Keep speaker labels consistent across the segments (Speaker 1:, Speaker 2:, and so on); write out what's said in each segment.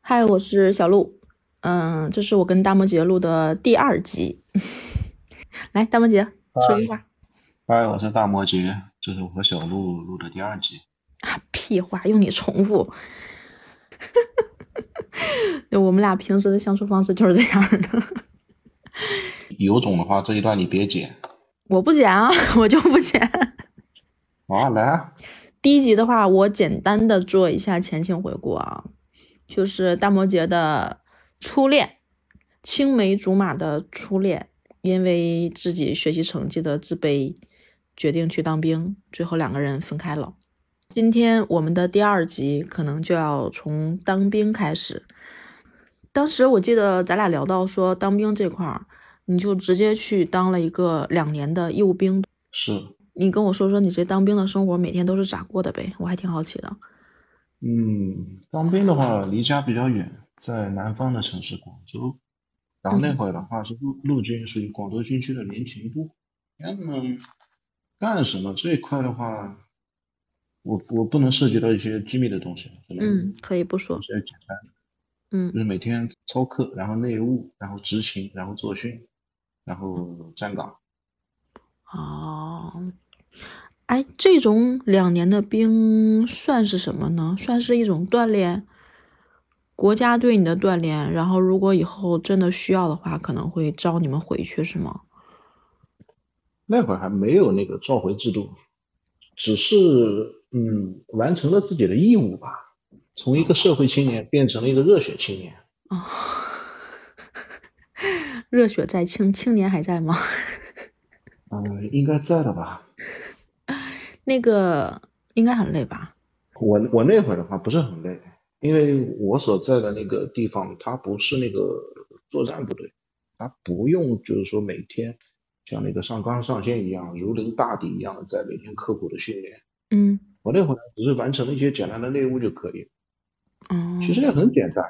Speaker 1: 嗨，我是小鹿，嗯，这是我跟大摩姐录的第二集。 来，大摩姐说句话。
Speaker 2: 嗨，我是大摩羯，这是我和小鹿录的第二集。
Speaker 1: 啊，屁话，用你重复。 对，我们俩平时的相处方式就是这样的。
Speaker 2: 有种的话，这一段你别剪
Speaker 1: 我不剪啊，我就不剪。
Speaker 2: 啊！来啊，
Speaker 1: 第一集的话，我简单的做一下前情回顾啊，就是大摩羯的初恋，青梅竹马的初恋，因为自己学习成绩的自卑，决定去当兵，最后两个人分开了。今天我们的第二集可能就要从当兵开始。当时我记得咱俩聊到说，当兵这块儿，你就直接去当了一个两年的义务兵，
Speaker 2: 是，
Speaker 1: 你跟我说说你这当兵的生活每天都是咋过的呗？我还挺好奇的。
Speaker 2: 嗯，当兵的话离家比较远，在南方的城市广州。然后那会儿的话是陆陆军，属于广州军区的联勤部。那么干什么这一块的话，我我不能涉及到一些机密的东西，只能
Speaker 1: 嗯，可以不说
Speaker 2: 比。较简单，
Speaker 1: 嗯
Speaker 2: 就是每天操课，然后内务，然后执勤，然后作训，然后站岗。
Speaker 1: 哦，哎，这种两年的兵算是什么呢？算是一种锻炼，国家对你的锻炼。然后，如果以后真的需要的话，可能会招你们回去，是吗？
Speaker 2: 那会儿还没有那个召回制度，只是嗯完成了自己的义务吧，从一个社会青年变成了一个热血青年。
Speaker 1: 哦，热血在，青青年还在吗？
Speaker 2: 嗯，应该在了吧？
Speaker 1: 那个应该很累吧？
Speaker 2: 我我那会儿的话不是很累，因为我所在的那个地方，它不是那个作战部队，它不用就是说每天像那个上纲上线一样如临大敌一样的在每天刻苦的训练。
Speaker 1: 嗯，
Speaker 2: 我那会儿只是完成了一些简单的内务就可以了。
Speaker 1: 哦，
Speaker 2: 其实也很简单，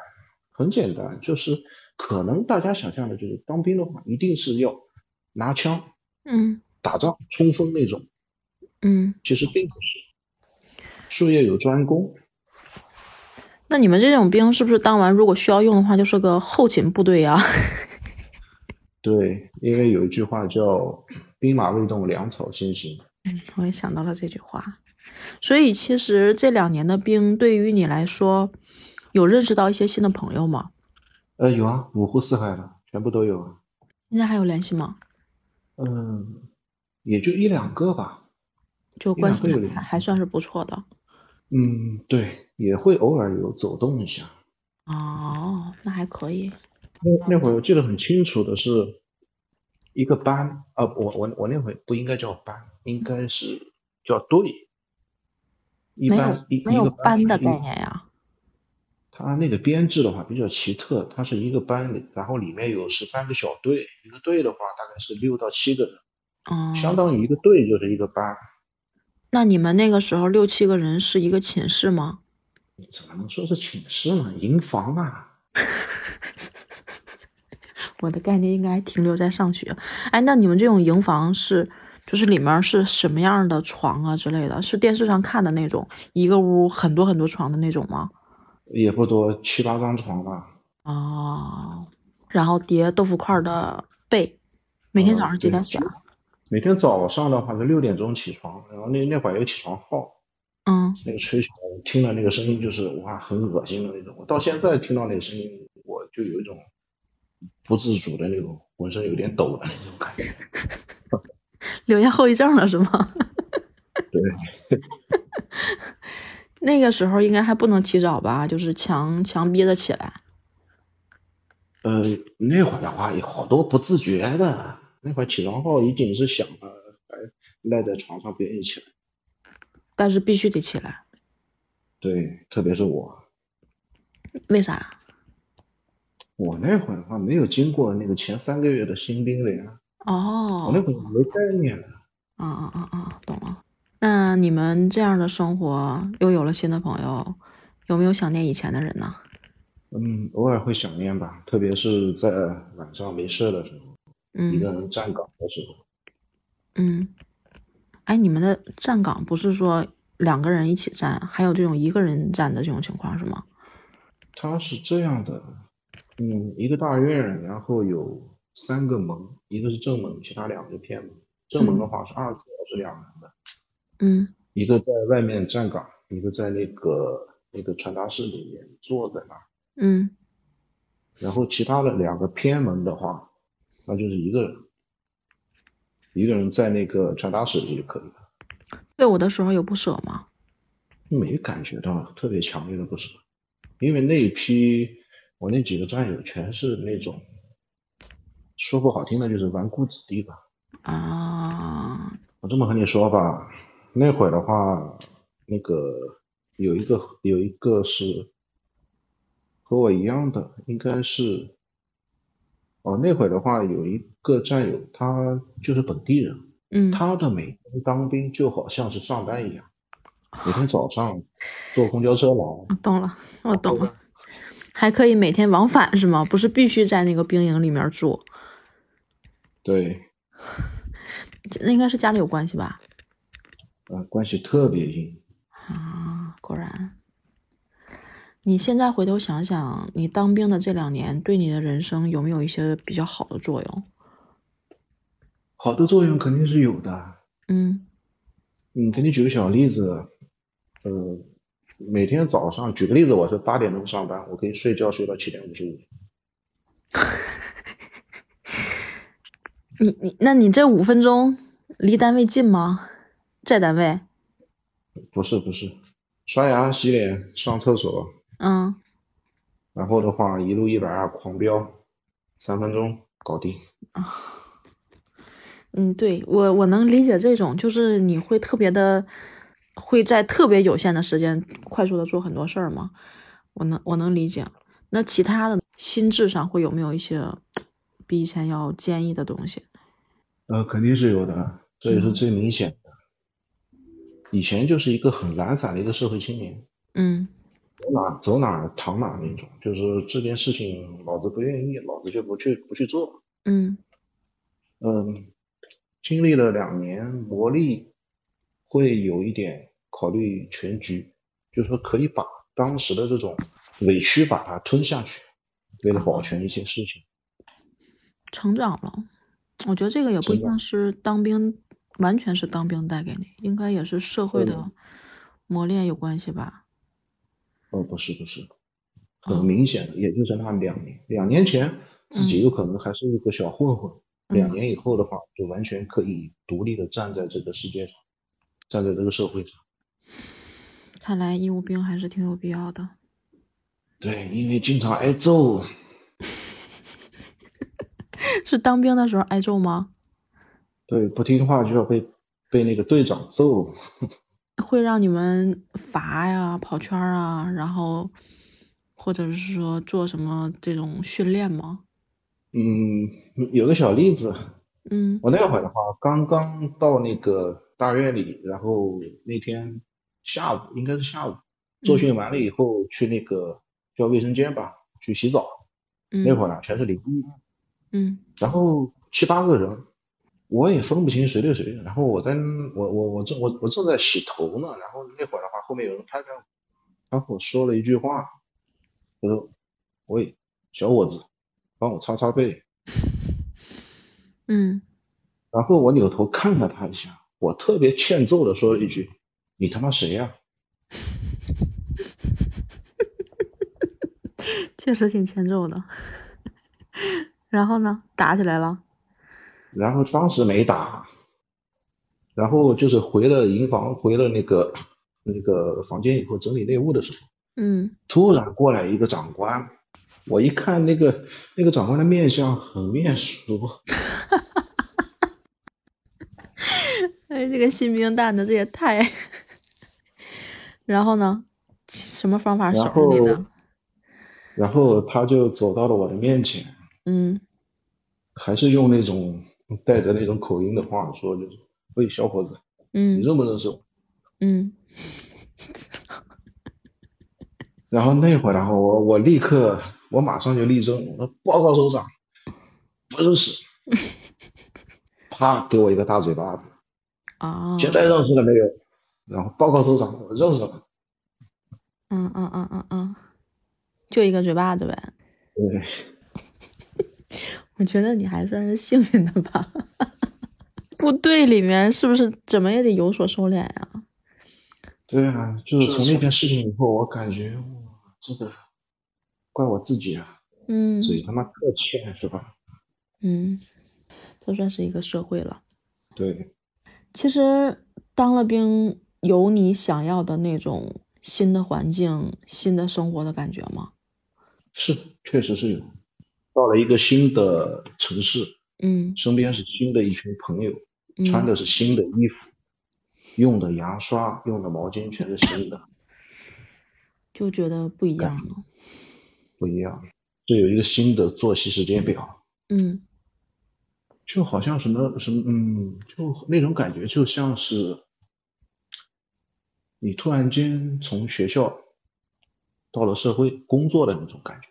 Speaker 2: 很简单，就是可能大家想象的就是当兵的话，一定是要拿枪
Speaker 1: 嗯
Speaker 2: 打仗、冲锋那种，
Speaker 1: 嗯。
Speaker 2: 其实并不是。术业有专攻，
Speaker 1: 那你们这种兵是不是当完如果需要用的话，就是个后勤部队呀、啊
Speaker 2: 对，因为有一句话叫“兵马未动，粮草先行
Speaker 1: 我也想到了这句话，所以其实这两年的兵对于你来说，有认识到一些新的朋友吗？”。
Speaker 2: 呃，有啊，五湖四海的全部都有啊。
Speaker 1: 现在还有联系吗？
Speaker 2: 嗯，也就一两个吧。
Speaker 1: 就关系
Speaker 2: 应该会有联
Speaker 1: 还
Speaker 2: 系
Speaker 1: 还算是不错的。
Speaker 2: 嗯，对，也会偶尔有走动一下。
Speaker 1: 哦，那还可以。
Speaker 2: 那那会儿我记得很清楚的是，一个班啊，我我我那会儿不应该叫班，应该是叫队。一
Speaker 1: 没
Speaker 2: 般
Speaker 1: 有
Speaker 2: 一
Speaker 1: 没
Speaker 2: 一
Speaker 1: 有
Speaker 2: 个
Speaker 1: 班的
Speaker 2: 一
Speaker 1: 概念呀、
Speaker 2: 它那个编制的话比较奇特，它是一个班里，然后里面有十三个小队，一个队的话大概是六到七个人，相
Speaker 1: 哦，
Speaker 2: 当于一个队就是一个班。
Speaker 1: 那你们那个时候六七个人是一个寝室吗？
Speaker 2: 你怎么能说是寝室呢？营房啊，
Speaker 1: 我的概念应该还停留在上学。哎，那你们这种营房是，就是里面是什么样的床啊之类的？是电视上看的那种，一个屋很多很多床的那种吗？
Speaker 2: 也不多，七八张床啊吧。
Speaker 1: 哦，然后叠豆腐块儿的被，每天早上几点起来？
Speaker 2: 每天早上的话是六点钟起床，然后那那会儿有起床号。
Speaker 1: 嗯，
Speaker 2: 那个吹起来，我听了那个声音就是哇，很恶心的那种。我到现在听到那个声音，我就有一种不自主的那种浑身有点抖的那种感觉。
Speaker 1: 留下后遗症了是吗？
Speaker 2: 对，
Speaker 1: 那个时候应该还不能起早吧，就是强强憋着起来。
Speaker 2: 呃，那会儿的话有好多不自觉的，那会儿起床号一定是响了，还赖在床上不愿意起来。
Speaker 1: 但是必须得起来，
Speaker 2: 对，特别是我，
Speaker 1: 为啥？
Speaker 2: 我那会儿的话没有经过那个前三个月的新兵的呀，我
Speaker 1: 哦，
Speaker 2: 那会儿没概念的。
Speaker 1: 啊啊啊啊，懂了。那你们这样的生活，又有了新的朋友，有没有想念以前的人呢？
Speaker 2: 嗯，偶尔会想念吧，特别是在晚上没事的时候，一个
Speaker 1: 嗯
Speaker 2: 人站岗的时候。
Speaker 1: 嗯，哎，你们的站岗不是说两个人一起站，还有这种一个人站的这种情况是吗？
Speaker 2: 它是这样的，嗯，一个大院，然后有三个门，一个是正门，其他两个是偏门。正门的话是二字是两门的，
Speaker 1: 嗯
Speaker 2: 一个在外面站岗，一个在那个那个传达室里面坐在那儿。
Speaker 1: 嗯
Speaker 2: 然后其他的两个偏门的话，那就是一个人，一个人在那个传达室里就可以了，
Speaker 1: 对我的时候有不舍吗？
Speaker 2: 没感觉到特别强烈的不舍，因为那一批我那几个战友全是那种，说不好听的就是纨绔子弟吧。
Speaker 1: 啊，
Speaker 2: 我这么和你说吧，那会儿的话，那个有一个有一个是和我一样的，应该是哦，那会儿的话有一个战友，他就是本地人，
Speaker 1: 嗯，
Speaker 2: 他的每天当兵就好像是上班一样，每天早上坐公交车来，
Speaker 1: 我懂了，我懂了，还可以每天往返是吗？不是必须在那个兵营里面住，
Speaker 2: 对，
Speaker 1: 这那应该是家里有关系吧？
Speaker 2: 呃，关系特别硬，
Speaker 1: 啊，果然。你现在回头想想，你当兵的这两年对你的人生有没有一些比较好的作用？
Speaker 2: 好的作用肯定是有的。
Speaker 1: 嗯
Speaker 2: 嗯，给你举个小例子，呃，每天早上，举个例子，我是八点钟上班，我可以睡觉睡到七点五十五。
Speaker 1: 你你，那你这五分钟离单位近吗？在单位？
Speaker 2: 不是不是，刷牙、洗脸、上厕所，
Speaker 1: 嗯，
Speaker 2: 然后的话一路一百二狂飙，三分钟搞定。
Speaker 1: 嗯，对，我我能理解这种，就是你会特别的，会在特别有限的时间快速的做很多事儿吗？我能我能理解。那其他的心智上会有没有一些比以前要坚毅的东西？
Speaker 2: 呃，肯定是有的，嗯这也是最明显的。以前就是一个很懒散的一个社会青年，
Speaker 1: 嗯
Speaker 2: 走哪啊走哪儿躺哪儿那种，就是这件事情老子不愿意，老子就不去不去做。
Speaker 1: 嗯
Speaker 2: 嗯，经历了两年磨砺，会有一点考虑全局，就是说可以把当时的这种委屈把它吞下去，为了保全一些事情。
Speaker 1: 成长了，我觉得这个也不
Speaker 2: 成
Speaker 1: 一定
Speaker 2: 长
Speaker 1: 是当兵，完全是当兵带给你，应该也是社会
Speaker 2: 对
Speaker 1: 的磨练有关系吧。
Speaker 2: 呃，不是不是，
Speaker 1: 哦
Speaker 2: 很明显的，也就是那两年，两年前自己
Speaker 1: 嗯
Speaker 2: 有可能还是一个小混混，两
Speaker 1: 嗯
Speaker 2: 年以后的话，就完全可以独立的站在这个世界上，站在这个社会上。
Speaker 1: 看来义务兵还是挺有必要的。
Speaker 2: 对，因为经常挨揍，
Speaker 1: 是当兵的时候挨揍吗？
Speaker 2: 对，不听话就要被被那个队长揍。
Speaker 1: 会让你们罚呀、跑圈儿啊，然后或者是说做什么这种训练吗？
Speaker 2: 嗯，有个小例子，
Speaker 1: 嗯
Speaker 2: 我那会儿的话，刚刚到那个大院里，然后那天下午应该是下午做训完了以后，去那个叫卫生间吧，去洗澡。那
Speaker 1: 嗯
Speaker 2: 会儿啊，全是淋浴，
Speaker 1: 嗯
Speaker 2: 然后七八个人，我也分不清谁对谁。然后我在我我我正我我正在洗头呢，然后那会儿的话，后面有人拍拍我，然后我说了一句话，我说：“喂，小伙子，帮我擦擦背。”
Speaker 1: 嗯，
Speaker 2: 然后我扭头看了他一下，我特别欠揍的说了一句：“你他妈谁呀、
Speaker 1: 确实挺欠揍的。 然后呢，打起来了。
Speaker 2: 然后当时没打，然后就是回了营房，回了那个那个房间以后整理内务的时候，
Speaker 1: 嗯
Speaker 2: 突然过来一个长官，我一看那个那个长官的面相很面熟，
Speaker 1: 哎，这个新兵蛋的这也太……然后呢，什么方法守
Speaker 2: 然
Speaker 1: 着你的
Speaker 2: 后？然后他就走到了我的面前，
Speaker 1: 嗯
Speaker 2: 还是用那种带着那种口音的话说，就是喂小伙子，你
Speaker 1: 嗯
Speaker 2: 认不认识我？
Speaker 1: 嗯
Speaker 2: 然后那会儿，然后我我立刻，我马上就立正，我说报告首长，不认识，啪给我一个大嘴巴子，
Speaker 1: 啊，
Speaker 2: 现在认识了没有？然后报告首长，我认识了，
Speaker 1: 嗯嗯嗯嗯嗯，就一个嘴巴子呗。
Speaker 2: 对，
Speaker 1: 我觉得你还算是幸运的吧。 部队里面是不是怎么也得有所收敛呀、
Speaker 2: 对啊，就是从那件事情以后，我感觉哇，这个怪我自己啊，
Speaker 1: 嗯
Speaker 2: 嘴他妈特欠是吧？
Speaker 1: 嗯，这算是一个社会了。
Speaker 2: 对，
Speaker 1: 其实当了兵有你想要的那种新的环境、新的生活的感觉吗？
Speaker 2: 是，确实是有。到了一个新的城市，
Speaker 1: 嗯，
Speaker 2: 身边是新的一群朋友，
Speaker 1: 嗯
Speaker 2: 穿的是新的衣服，用的牙刷、用的毛巾全是新的，
Speaker 1: 就觉得不一样
Speaker 2: 啊
Speaker 1: 了。
Speaker 2: 不一样。这有一个新的作息时间表，
Speaker 1: 嗯
Speaker 2: 就好像什么什么，嗯，就那种感觉，就像是你突然间从学校到了社会工作的那种感觉。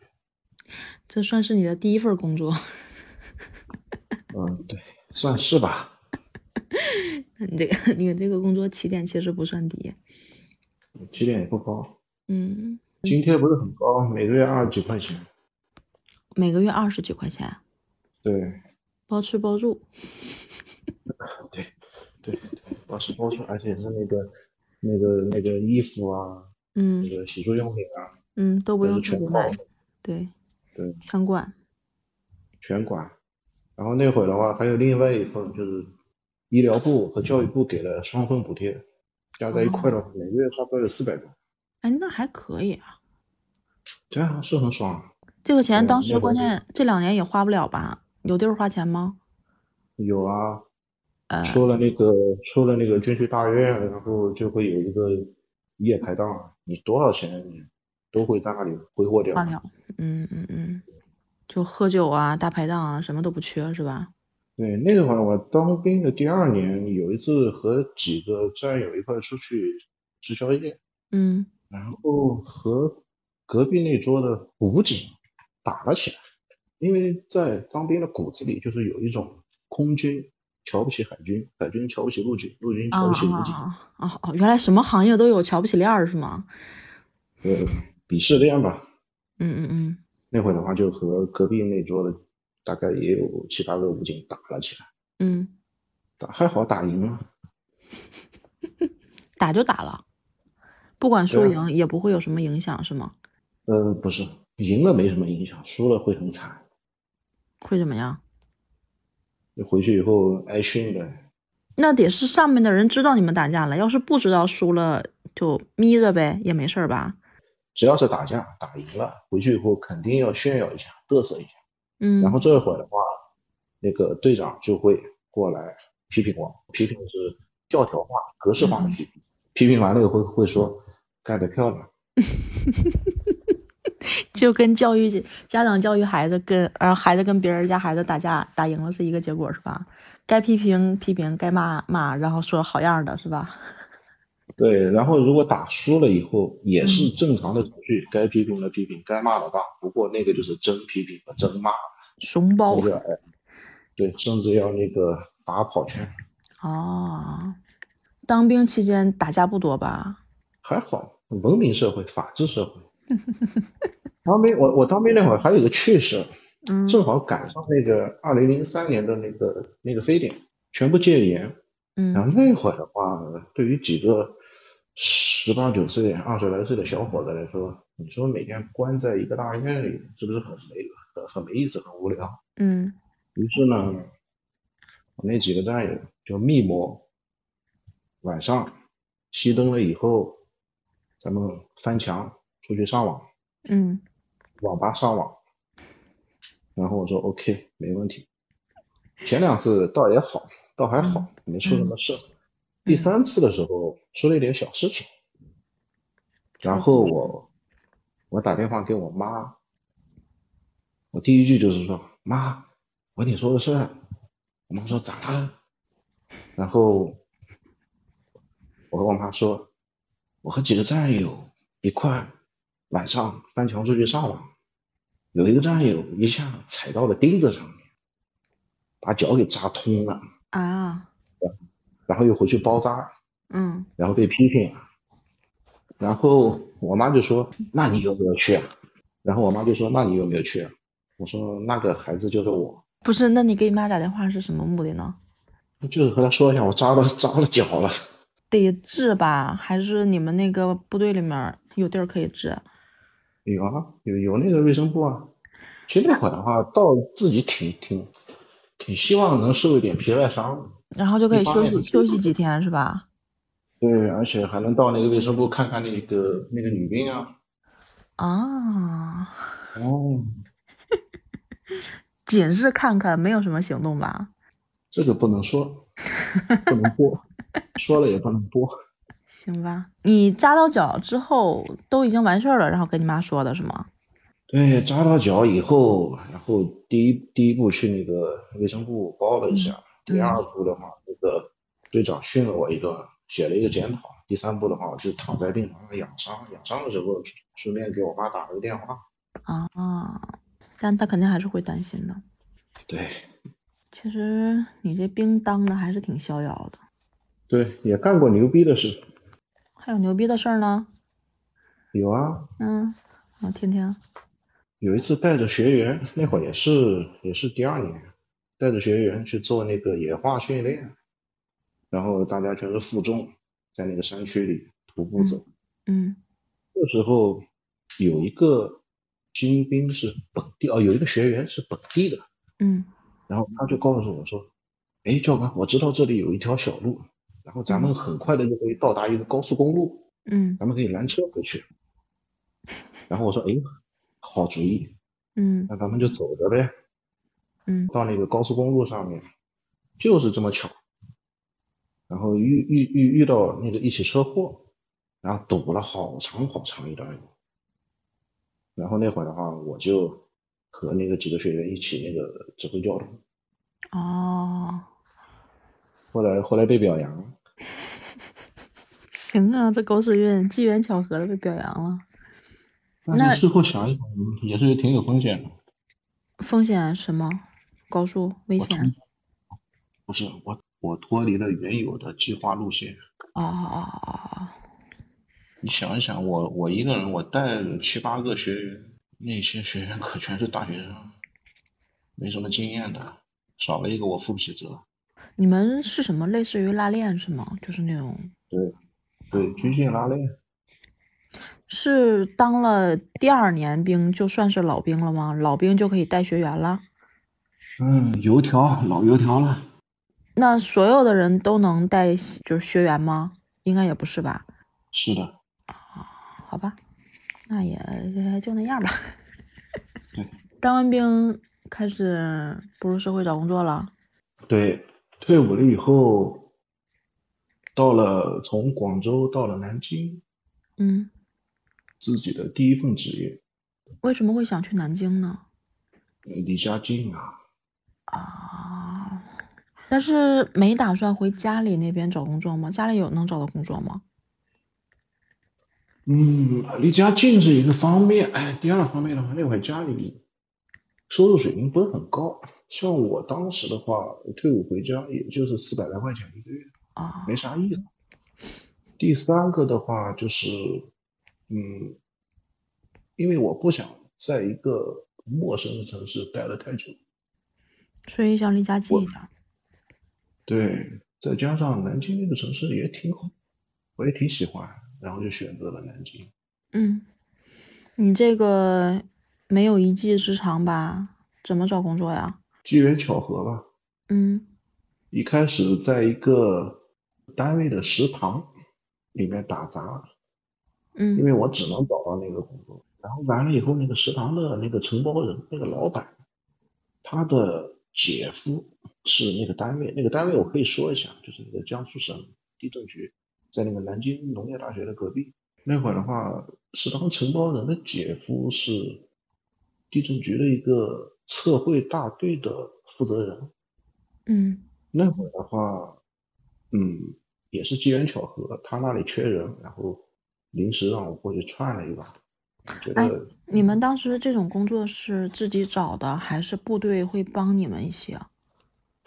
Speaker 1: 这算是你的第一份工作，
Speaker 2: 嗯，对，算是吧。
Speaker 1: 你这个你这个工作起点其实不算低。
Speaker 2: 起点也不高，
Speaker 1: 嗯，
Speaker 2: 津贴不是很高，每个月二十几块钱。
Speaker 1: 每个月二十几块钱，
Speaker 2: 对
Speaker 1: 包吃包住。
Speaker 2: 对对，二十包出，而且是那个那个那个衣服啊，
Speaker 1: 嗯
Speaker 2: 那个洗漱用品啊，
Speaker 1: 嗯，都不
Speaker 2: 那
Speaker 1: 用
Speaker 2: 个
Speaker 1: 自
Speaker 2: 全
Speaker 1: 己
Speaker 2: 包
Speaker 1: 买，对，
Speaker 2: 对，
Speaker 1: 全管。
Speaker 2: 全管。然后那会儿的话，还有另外一份就是医疗部和教育部给了双份补贴，加在一块的话，每个月差不多有四百多。
Speaker 1: 哎，那还可以啊。
Speaker 2: 对啊，是很爽。
Speaker 1: 这个钱
Speaker 2: 对啊
Speaker 1: 当
Speaker 2: 那
Speaker 1: 时
Speaker 2: 会儿
Speaker 1: 关
Speaker 2: 就
Speaker 1: 键这两年也花不了吧？有地儿花钱吗？
Speaker 2: 有啊，
Speaker 1: 呃，
Speaker 2: 出了那个出了那个军区大院，然后就会有一个夜排档，你多少钱你都会在那里挥霍掉
Speaker 1: 花。了。嗯嗯嗯，就喝酒啊、大排档啊，什么都不缺是吧？
Speaker 2: 对，那会儿我当兵的第二年，有一次和几个战友一块儿出去吃宵夜，
Speaker 1: 嗯，
Speaker 2: 然后和隔壁那桌的武警打了起来。因为在当兵的骨子里，就是有一种空军瞧不起海军，海军瞧不起陆军，陆军瞧
Speaker 1: 啊
Speaker 2: 不起武警，
Speaker 1: 啊啊啊！原来什么行业都有瞧不起链儿是吗？
Speaker 2: 呃，鄙视链吧。
Speaker 1: 嗯嗯嗯，
Speaker 2: 那会儿的话，就和隔壁那桌的大概也有七八个武警打了起来，
Speaker 1: 嗯，
Speaker 2: 打还好打赢了。
Speaker 1: 打就打了，不管输
Speaker 2: 对啊
Speaker 1: 赢也不会有什么影响是吗？
Speaker 2: 呃，不是，赢了没什么影响，输了会很惨。
Speaker 1: 会怎么样？
Speaker 2: 回去以后挨训的，
Speaker 1: 那得是上面的人知道你们打架了，要是不知道输了就眯着呗，也没事儿吧？
Speaker 2: 只要是打架打赢了，回去以后肯定要炫耀一下，嘚瑟一下。
Speaker 1: 嗯，
Speaker 2: 然后这会儿的话，那个队长就会过来批评我，批评是教条化、格式化的批评。批评完了以后会说干得漂亮，
Speaker 1: 就跟教育家长教育孩子跟呃孩子跟别人家孩子打架打赢了是一个结果是吧？该批评批评，该骂骂，然后说好样儿的是吧？
Speaker 2: 对。然后如果打输了以后，也是正常的程序，该批评的批评，该骂的骂。不过那个就是真批评和真骂，
Speaker 1: 怂包
Speaker 2: 那个哎，对，甚至要那个打跑圈。
Speaker 1: 哦，当兵期间打架不多吧？
Speaker 2: 还好，文明社会、法治社会。当兵，我我当兵那会儿还有一个趣事，
Speaker 1: 嗯
Speaker 2: 正好赶上那个二零零三年的那个那个非典，全部戒严。然
Speaker 1: 嗯
Speaker 2: 后那会儿的话，对于几个十八九岁、二十来岁的小伙子来说，你说每天关在一个大院里，是不是很没很很没意思、很无聊？
Speaker 1: 嗯
Speaker 2: 于是呢，我那几个战友就密谋，晚上熄灯了以后，咱们翻墙出去上网，
Speaker 1: 嗯，
Speaker 2: 网吧上网。然后我说 OK，没问题。前两次倒也好，倒还好，没出什么事。第三次的时候出了一点小事情，然后我我打电话给我妈，我第一句就是说妈，我跟你说个事儿。我妈说咋啦？然后我和我妈说，我和几个战友一块儿晚上翻墙出去上网，有一个战友一下踩到了钉子上面，把脚给扎通了，
Speaker 1: 啊，
Speaker 2: 然后又回去包扎，
Speaker 1: 嗯
Speaker 2: 然后被批评了。然后我妈就说：“那你要不要去啊？”然后我妈就说：“那你有没有去啊？”我说：“那个孩子就是我，
Speaker 1: 不是，那你给你妈打电话是什么目的呢？
Speaker 2: 就是和她说一下我扎了扎了脚了。
Speaker 1: 得治吧？还是你们那个部队里面有地儿可以治？”
Speaker 2: 有啊，有有那个卫生部啊。其实那会儿的话，倒自己挺挺挺希望能受一点皮外伤，
Speaker 1: 然后就可以
Speaker 2: 一般
Speaker 1: 休
Speaker 2: 也
Speaker 1: 息
Speaker 2: 不
Speaker 1: 休息几天是吧？
Speaker 2: 对，而且还能到那个卫生部看看那个那个女兵啊。
Speaker 1: 啊，
Speaker 2: 哦，
Speaker 1: 仅是看看，没有什么行动吧？
Speaker 2: 这个不能说，不能播，说了也不能播。
Speaker 1: 行吧，你扎到脚之后都已经完事儿了，然后跟你妈说的是吗？
Speaker 2: 对，扎到脚以后，然后第一第一步去那个卫生部包了一下，第二步的话，那个队长训了我一顿，写了一个检讨。第三步的话，我就躺在病床上养伤，养伤的时候顺便给我妈打了个电话。
Speaker 1: 啊，但她肯定还是会担心的。
Speaker 2: 对
Speaker 1: 其实你这兵当的还是挺逍遥的。
Speaker 2: 对，也干过牛逼的事，
Speaker 1: 还有牛逼的事儿呢？
Speaker 2: 有啊，
Speaker 1: 嗯，我听听。
Speaker 2: 有一次带着学员，那会儿也是也是第二年，带着学员去做那个野化训练，然后大家全是负重，在那个山区里徒步走。
Speaker 1: 嗯
Speaker 2: 这时候有一个军兵是本地哦，有一个学员是本地的，
Speaker 1: 嗯
Speaker 2: 然后他就告诉我说：“哎，教官，我知道这里有一条小路，然后咱们很快的就可以到达一个高速公路，
Speaker 1: 嗯
Speaker 2: 咱们可以拦车回去。” 然后我说：“哎，好主意，
Speaker 1: 嗯
Speaker 2: 那咱们就走着呗。”
Speaker 1: 嗯
Speaker 2: 到那个高速公路上面，就是这么巧，然后遇遇遇遇到那个一起车祸，然后堵了好长好长一段路。然后那会儿的话，我就和那个几个学员一起那个指挥交通，
Speaker 1: 哦，
Speaker 2: 后来后来被表扬，
Speaker 1: 行啊，这狗屎运，机缘巧合的被表扬了。那
Speaker 2: 但是事后想一想也是挺有风险的。
Speaker 1: 风险什么？高速危
Speaker 2: 我
Speaker 1: 险？
Speaker 2: 不是我我脱离了原有的计划路线，
Speaker 1: 哦哦哦哦哦，
Speaker 2: 你想一想，我我一个人我带了七八个学员，那些学员可全是大学生，没什么经验的，少了一个我负不起责。
Speaker 1: 你们是什么？类似于拉练是吗？就是那种
Speaker 2: 对，对，军训拉练，
Speaker 1: 是当了第二年兵就算是老兵了吗？老兵就可以带学员了？
Speaker 2: 嗯，油条老油条了，
Speaker 1: 那所有的人都能带就是学员吗？应该也不是吧？
Speaker 2: 是的，
Speaker 1: 好吧，那也也就那样吧
Speaker 2: 对。
Speaker 1: 当完兵开始步入社会找工作了，
Speaker 2: 对，退伍了以后，到了从广州到了南京，
Speaker 1: 嗯，
Speaker 2: 自己的第一份职业，
Speaker 1: 为什么会想去南京呢？
Speaker 2: 呃离家近啊，
Speaker 1: 啊，但是没打算回家里那边找工作吗？家里有能找到工作吗？
Speaker 2: 嗯，离家近是一个方面，哎，第二方面的话，那会儿家里收入水平不是很高，像我当时的话，退伍回家也就是四百来块钱一个月，
Speaker 1: 啊，
Speaker 2: 没啥意思。第三个的话就是，嗯，因为我不想在一个陌生的城市待了太久，
Speaker 1: 所以想离家近
Speaker 2: 我
Speaker 1: 一点。
Speaker 2: 对，再加上南京这个城市也挺好，我也挺喜欢，然后就选择了南京。
Speaker 1: 嗯，你这个没有一技之长吧？怎么找工作呀？
Speaker 2: 机缘巧合吧，
Speaker 1: 嗯
Speaker 2: 一开始在一个单位的食堂里面打杂，因
Speaker 1: 嗯
Speaker 2: 为我只能找到那个工作。然后完了以后，那个食堂的那个承包人，那个老板，他的姐夫是那个单位，那个单位我可以说一下，就是那个江苏省地震局，在那个南京农业大学的隔壁。那会儿的话，食堂承包人的姐夫是地震局的一个测绘大队的负责人。
Speaker 1: 嗯
Speaker 2: 那会儿的话，嗯，也是机缘巧合，他那里缺人，然后临时让我过去串了一把，觉
Speaker 1: 哎
Speaker 2: 得
Speaker 1: 你们当时这种工作是自己找的，还是部队会帮你们一些啊？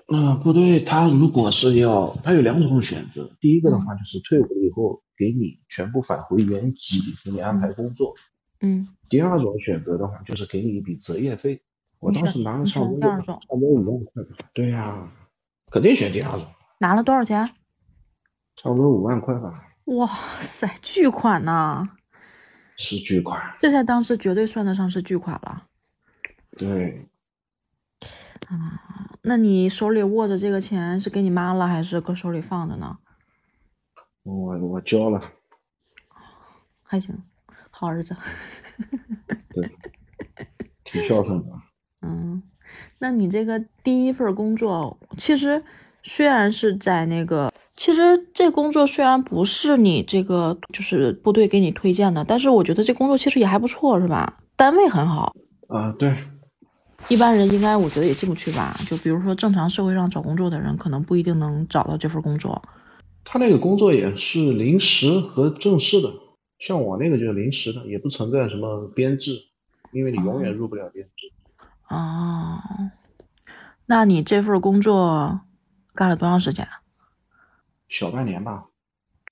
Speaker 2: 嗯，部队他如果是要，他有两种选择，
Speaker 1: 嗯
Speaker 2: 第一个的话就是退伍了以后给你全部返回原籍，给你安排工作，
Speaker 1: 嗯，
Speaker 2: 第二种选择的话，就是给你一笔择业费。我
Speaker 1: 你
Speaker 2: 当
Speaker 1: 选
Speaker 2: 时拿了
Speaker 1: 你
Speaker 2: 差
Speaker 1: 选
Speaker 2: 不
Speaker 1: 第
Speaker 2: 多
Speaker 1: 二种
Speaker 2: 差不多五万块吧。对呀、肯定选第二种，
Speaker 1: 拿了多少钱？
Speaker 2: 差不多五万块吧，
Speaker 1: 哇塞，巨款呐、
Speaker 2: 是巨款。
Speaker 1: 这在当时绝对算得上是巨款了。
Speaker 2: 对，
Speaker 1: 那你手里握着这个钱是给你妈了，还是搁手里放着呢？
Speaker 2: 我我交了。
Speaker 1: 还行，好儿子。
Speaker 2: 对，挺孝顺的。啊
Speaker 1: 嗯，那你这个第一份工作，其实虽然是在那个，其实这工作虽然不是你这个就是部队给你推荐的，但是我觉得这工作其实也还不错，是吧？单位很好，
Speaker 2: 啊、对，
Speaker 1: 一般人应该我觉得也进不去吧。就比如说正常社会上找工作的人，可能不一定能找到这份工作。
Speaker 2: 他那个工作也是临时和正式的，像我那个就是临时的，也不存在什么编制，因为你永远入不了编制。
Speaker 1: 哦，那你这份工作干了多长时间啊？
Speaker 2: 小半年吧，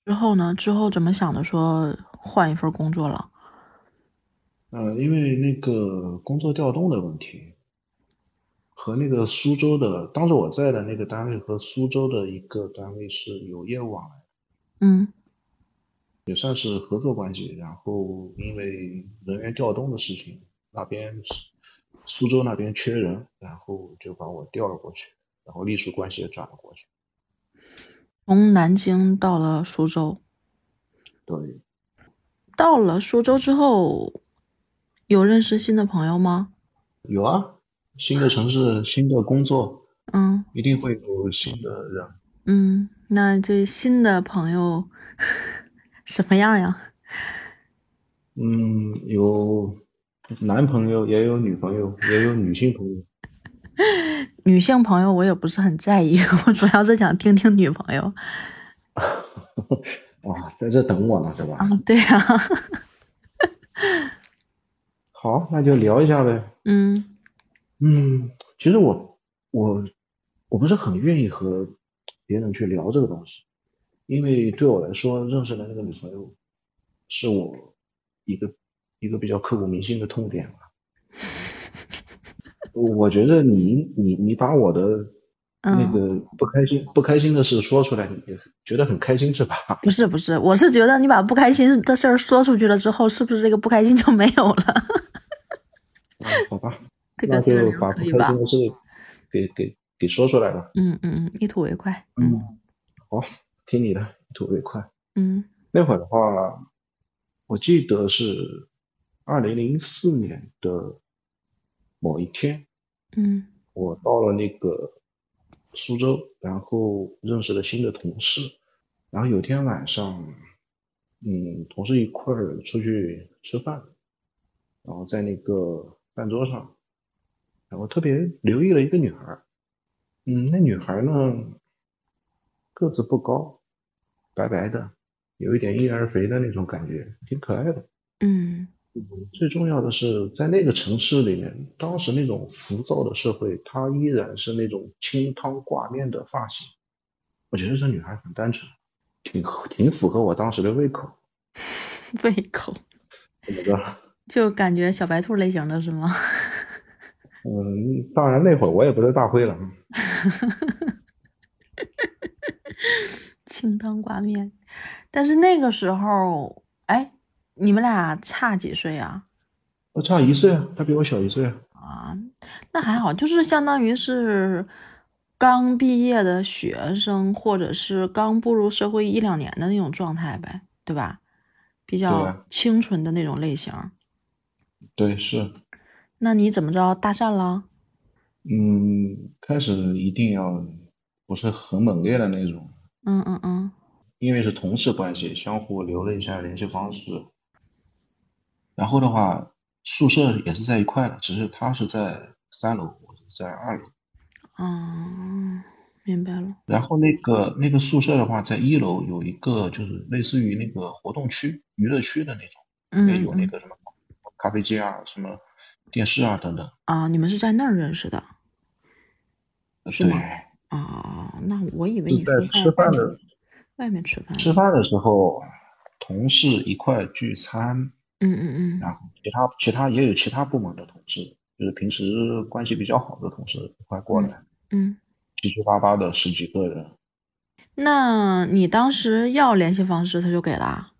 Speaker 1: 之后呢？之后怎么想的说换一份工作了？
Speaker 2: 呃，因为那个工作调动的问题，和那个苏州的，当时我在的那个单位和苏州的一个单位是有业务往来，
Speaker 1: 嗯
Speaker 2: 也算是合作关系。然后因为人员调动的事情，那边苏州那边缺人，然后就把我调了过去，然后隶属关系也转了过去。
Speaker 1: 从南京到了苏州，
Speaker 2: 对，
Speaker 1: 到了苏州之后，有认识新的朋友吗？
Speaker 2: 有啊，新的城市、新的工作，
Speaker 1: 嗯
Speaker 2: 一定会有新的人。
Speaker 1: 嗯，那这新的朋友 什么样呀？
Speaker 2: 嗯，有男朋友，也有女朋友，也有女性朋友。
Speaker 1: 女性朋友我也不是很在意， 我主要是想听听女朋友。
Speaker 2: 啊，在这等我呢，对吧？
Speaker 1: 啊，对呀、啊，
Speaker 2: 好，那就聊一下呗。
Speaker 1: 嗯
Speaker 2: 嗯，其实我我我不是很愿意和别人去聊这个东西，因为对我来说，认识的那个女朋友是我一个一个比较刻骨铭心的痛点吧。 我觉得你你你把我的那
Speaker 1: 嗯，
Speaker 2: 个不开心不开心的事说出来，你觉得很开心是吧？ 啊
Speaker 1: 不是不是，我是觉得你把不开心的事儿说出去了之后，是不是这个不开心就没有了？
Speaker 2: 啊，好吧，
Speaker 1: 这
Speaker 2: 那
Speaker 1: 个
Speaker 2: 就
Speaker 1: 这个聊
Speaker 2: 把不
Speaker 1: 可以
Speaker 2: 开
Speaker 1: 吧
Speaker 2: 心？的事给给给说出来吧。
Speaker 1: 嗯嗯嗯，一吐为快。嗯
Speaker 2: 好，听你的，一吐为快。
Speaker 1: 嗯
Speaker 2: 那会儿的话，我记得是二零零四年的某一天，
Speaker 1: 嗯
Speaker 2: 我到了那个苏州，然后认识了新的同事，然后有天晚上，嗯，同事一块儿出去吃饭，然后在那个饭桌上，然后特别留意了一个女孩儿，嗯，那女孩儿呢，个子不高，白白的，有一点婴儿肥的那种感觉，挺可爱的。
Speaker 1: 嗯
Speaker 2: 最重要的是，在那个城市里面，当时那种浮躁的社会，她依然是那种清汤挂面的发型。我觉得这女孩很单纯，挺合挺符合我当时的胃口。
Speaker 1: 胃口，
Speaker 2: 怎么着？
Speaker 1: 就感觉小白兔类型的是吗？
Speaker 2: 嗯，当然那会儿我也不是大灰狼，
Speaker 1: 清汤挂面。但是那个时候，哎，你们俩差几岁啊？
Speaker 2: 我差一岁啊，她比我小一岁啊。
Speaker 1: 啊，那还好，就是相当于是刚毕业的学生，或者是刚步入社会一两年的那种状态呗，对吧？比较
Speaker 2: 啊
Speaker 1: 清纯的那种类型。
Speaker 2: 对，是，
Speaker 1: 那你怎么着搭讪了？
Speaker 2: 嗯，开始一定要不是很猛烈的那种，
Speaker 1: 嗯嗯嗯，
Speaker 2: 因为是同事关系，相互留了一下联系方式。然后的话，宿舍也是在一块的，只是他是在三楼，我是在二楼。
Speaker 1: 啊，明白了。
Speaker 2: 然后那个那个宿舍的话，在一楼有一个就是类似于那个活动区、娱乐区的那种，里
Speaker 1: 嗯
Speaker 2: 面
Speaker 1: 嗯
Speaker 2: 有那
Speaker 1: 嗯，
Speaker 2: 个什么咖啡机啊、什么电视啊等等。
Speaker 1: 啊，你们是在那儿认识的？
Speaker 2: 呃
Speaker 1: 是
Speaker 2: 对，
Speaker 1: 吗啊，那我以为
Speaker 2: 是
Speaker 1: 你
Speaker 2: 在
Speaker 1: 是在
Speaker 2: 吃
Speaker 1: 外
Speaker 2: 饭
Speaker 1: 面
Speaker 2: 的
Speaker 1: 外面吃饭
Speaker 2: 吃
Speaker 1: 呢。
Speaker 2: 饭的时候，同事一块聚餐，
Speaker 1: 嗯嗯嗯，
Speaker 2: 然后其他其他也有其他部门的同事，就是平时关系比较好的同事一块过来，
Speaker 1: 嗯。
Speaker 2: 七七八八的十几个人，
Speaker 1: 那你当时要联系方式，他就给了啊？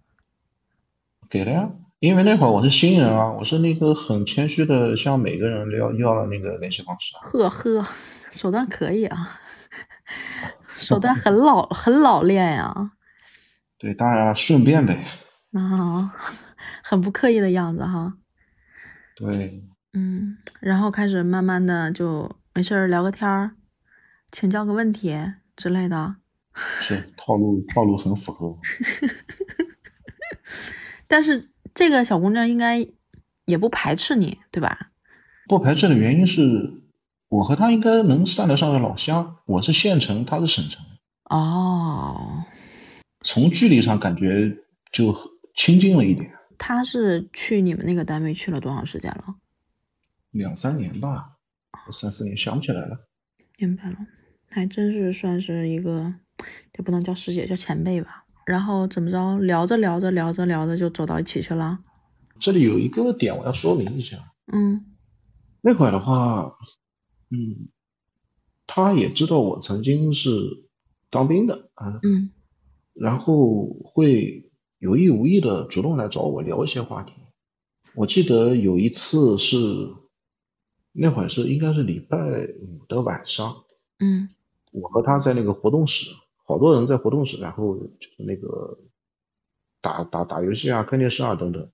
Speaker 2: 给了呀。因为那会儿我是新人啊，我是那个很谦虚的向每个人要要了那个联系方式啊。
Speaker 1: 呵呵，手段可以啊，手段很老很老练呀、
Speaker 2: 对，当然顺便呗。
Speaker 1: 啊，很不刻意的样子哈。
Speaker 2: 对，
Speaker 1: 嗯，然后开始慢慢的就没事儿聊个天儿，请教个问题之类的。
Speaker 2: 是套路套路很符合我。
Speaker 1: 但是这个小姑娘应该也不排斥你，对吧？
Speaker 2: 不排斥的原因是我和他应该能算得上是老乡，我是县城，他是省城，
Speaker 1: 哦，
Speaker 2: 从距离上感觉就很亲近了一点，
Speaker 1: 她是去你们那个单位去了多长时间了？
Speaker 2: 两三年吧，三四年想不起来了。
Speaker 1: 明白了，还真是算是一个，也不能叫师姐，叫前辈吧。然后怎么着，聊着聊着聊着聊着就走到一起去了。
Speaker 2: 这里有一个点我要说明一下，
Speaker 1: 嗯
Speaker 2: 那会儿的话，嗯，他也知道我曾经是当兵的啊，
Speaker 1: 嗯
Speaker 2: 然后会有意无意的主动来找我聊一些话题。我记得有一次是那会儿是应该是礼拜五的晚上，
Speaker 1: 嗯
Speaker 2: 我和他在那个活动室，好多人在活动室，然后就是那个打打打游戏啊、看电视啊等等，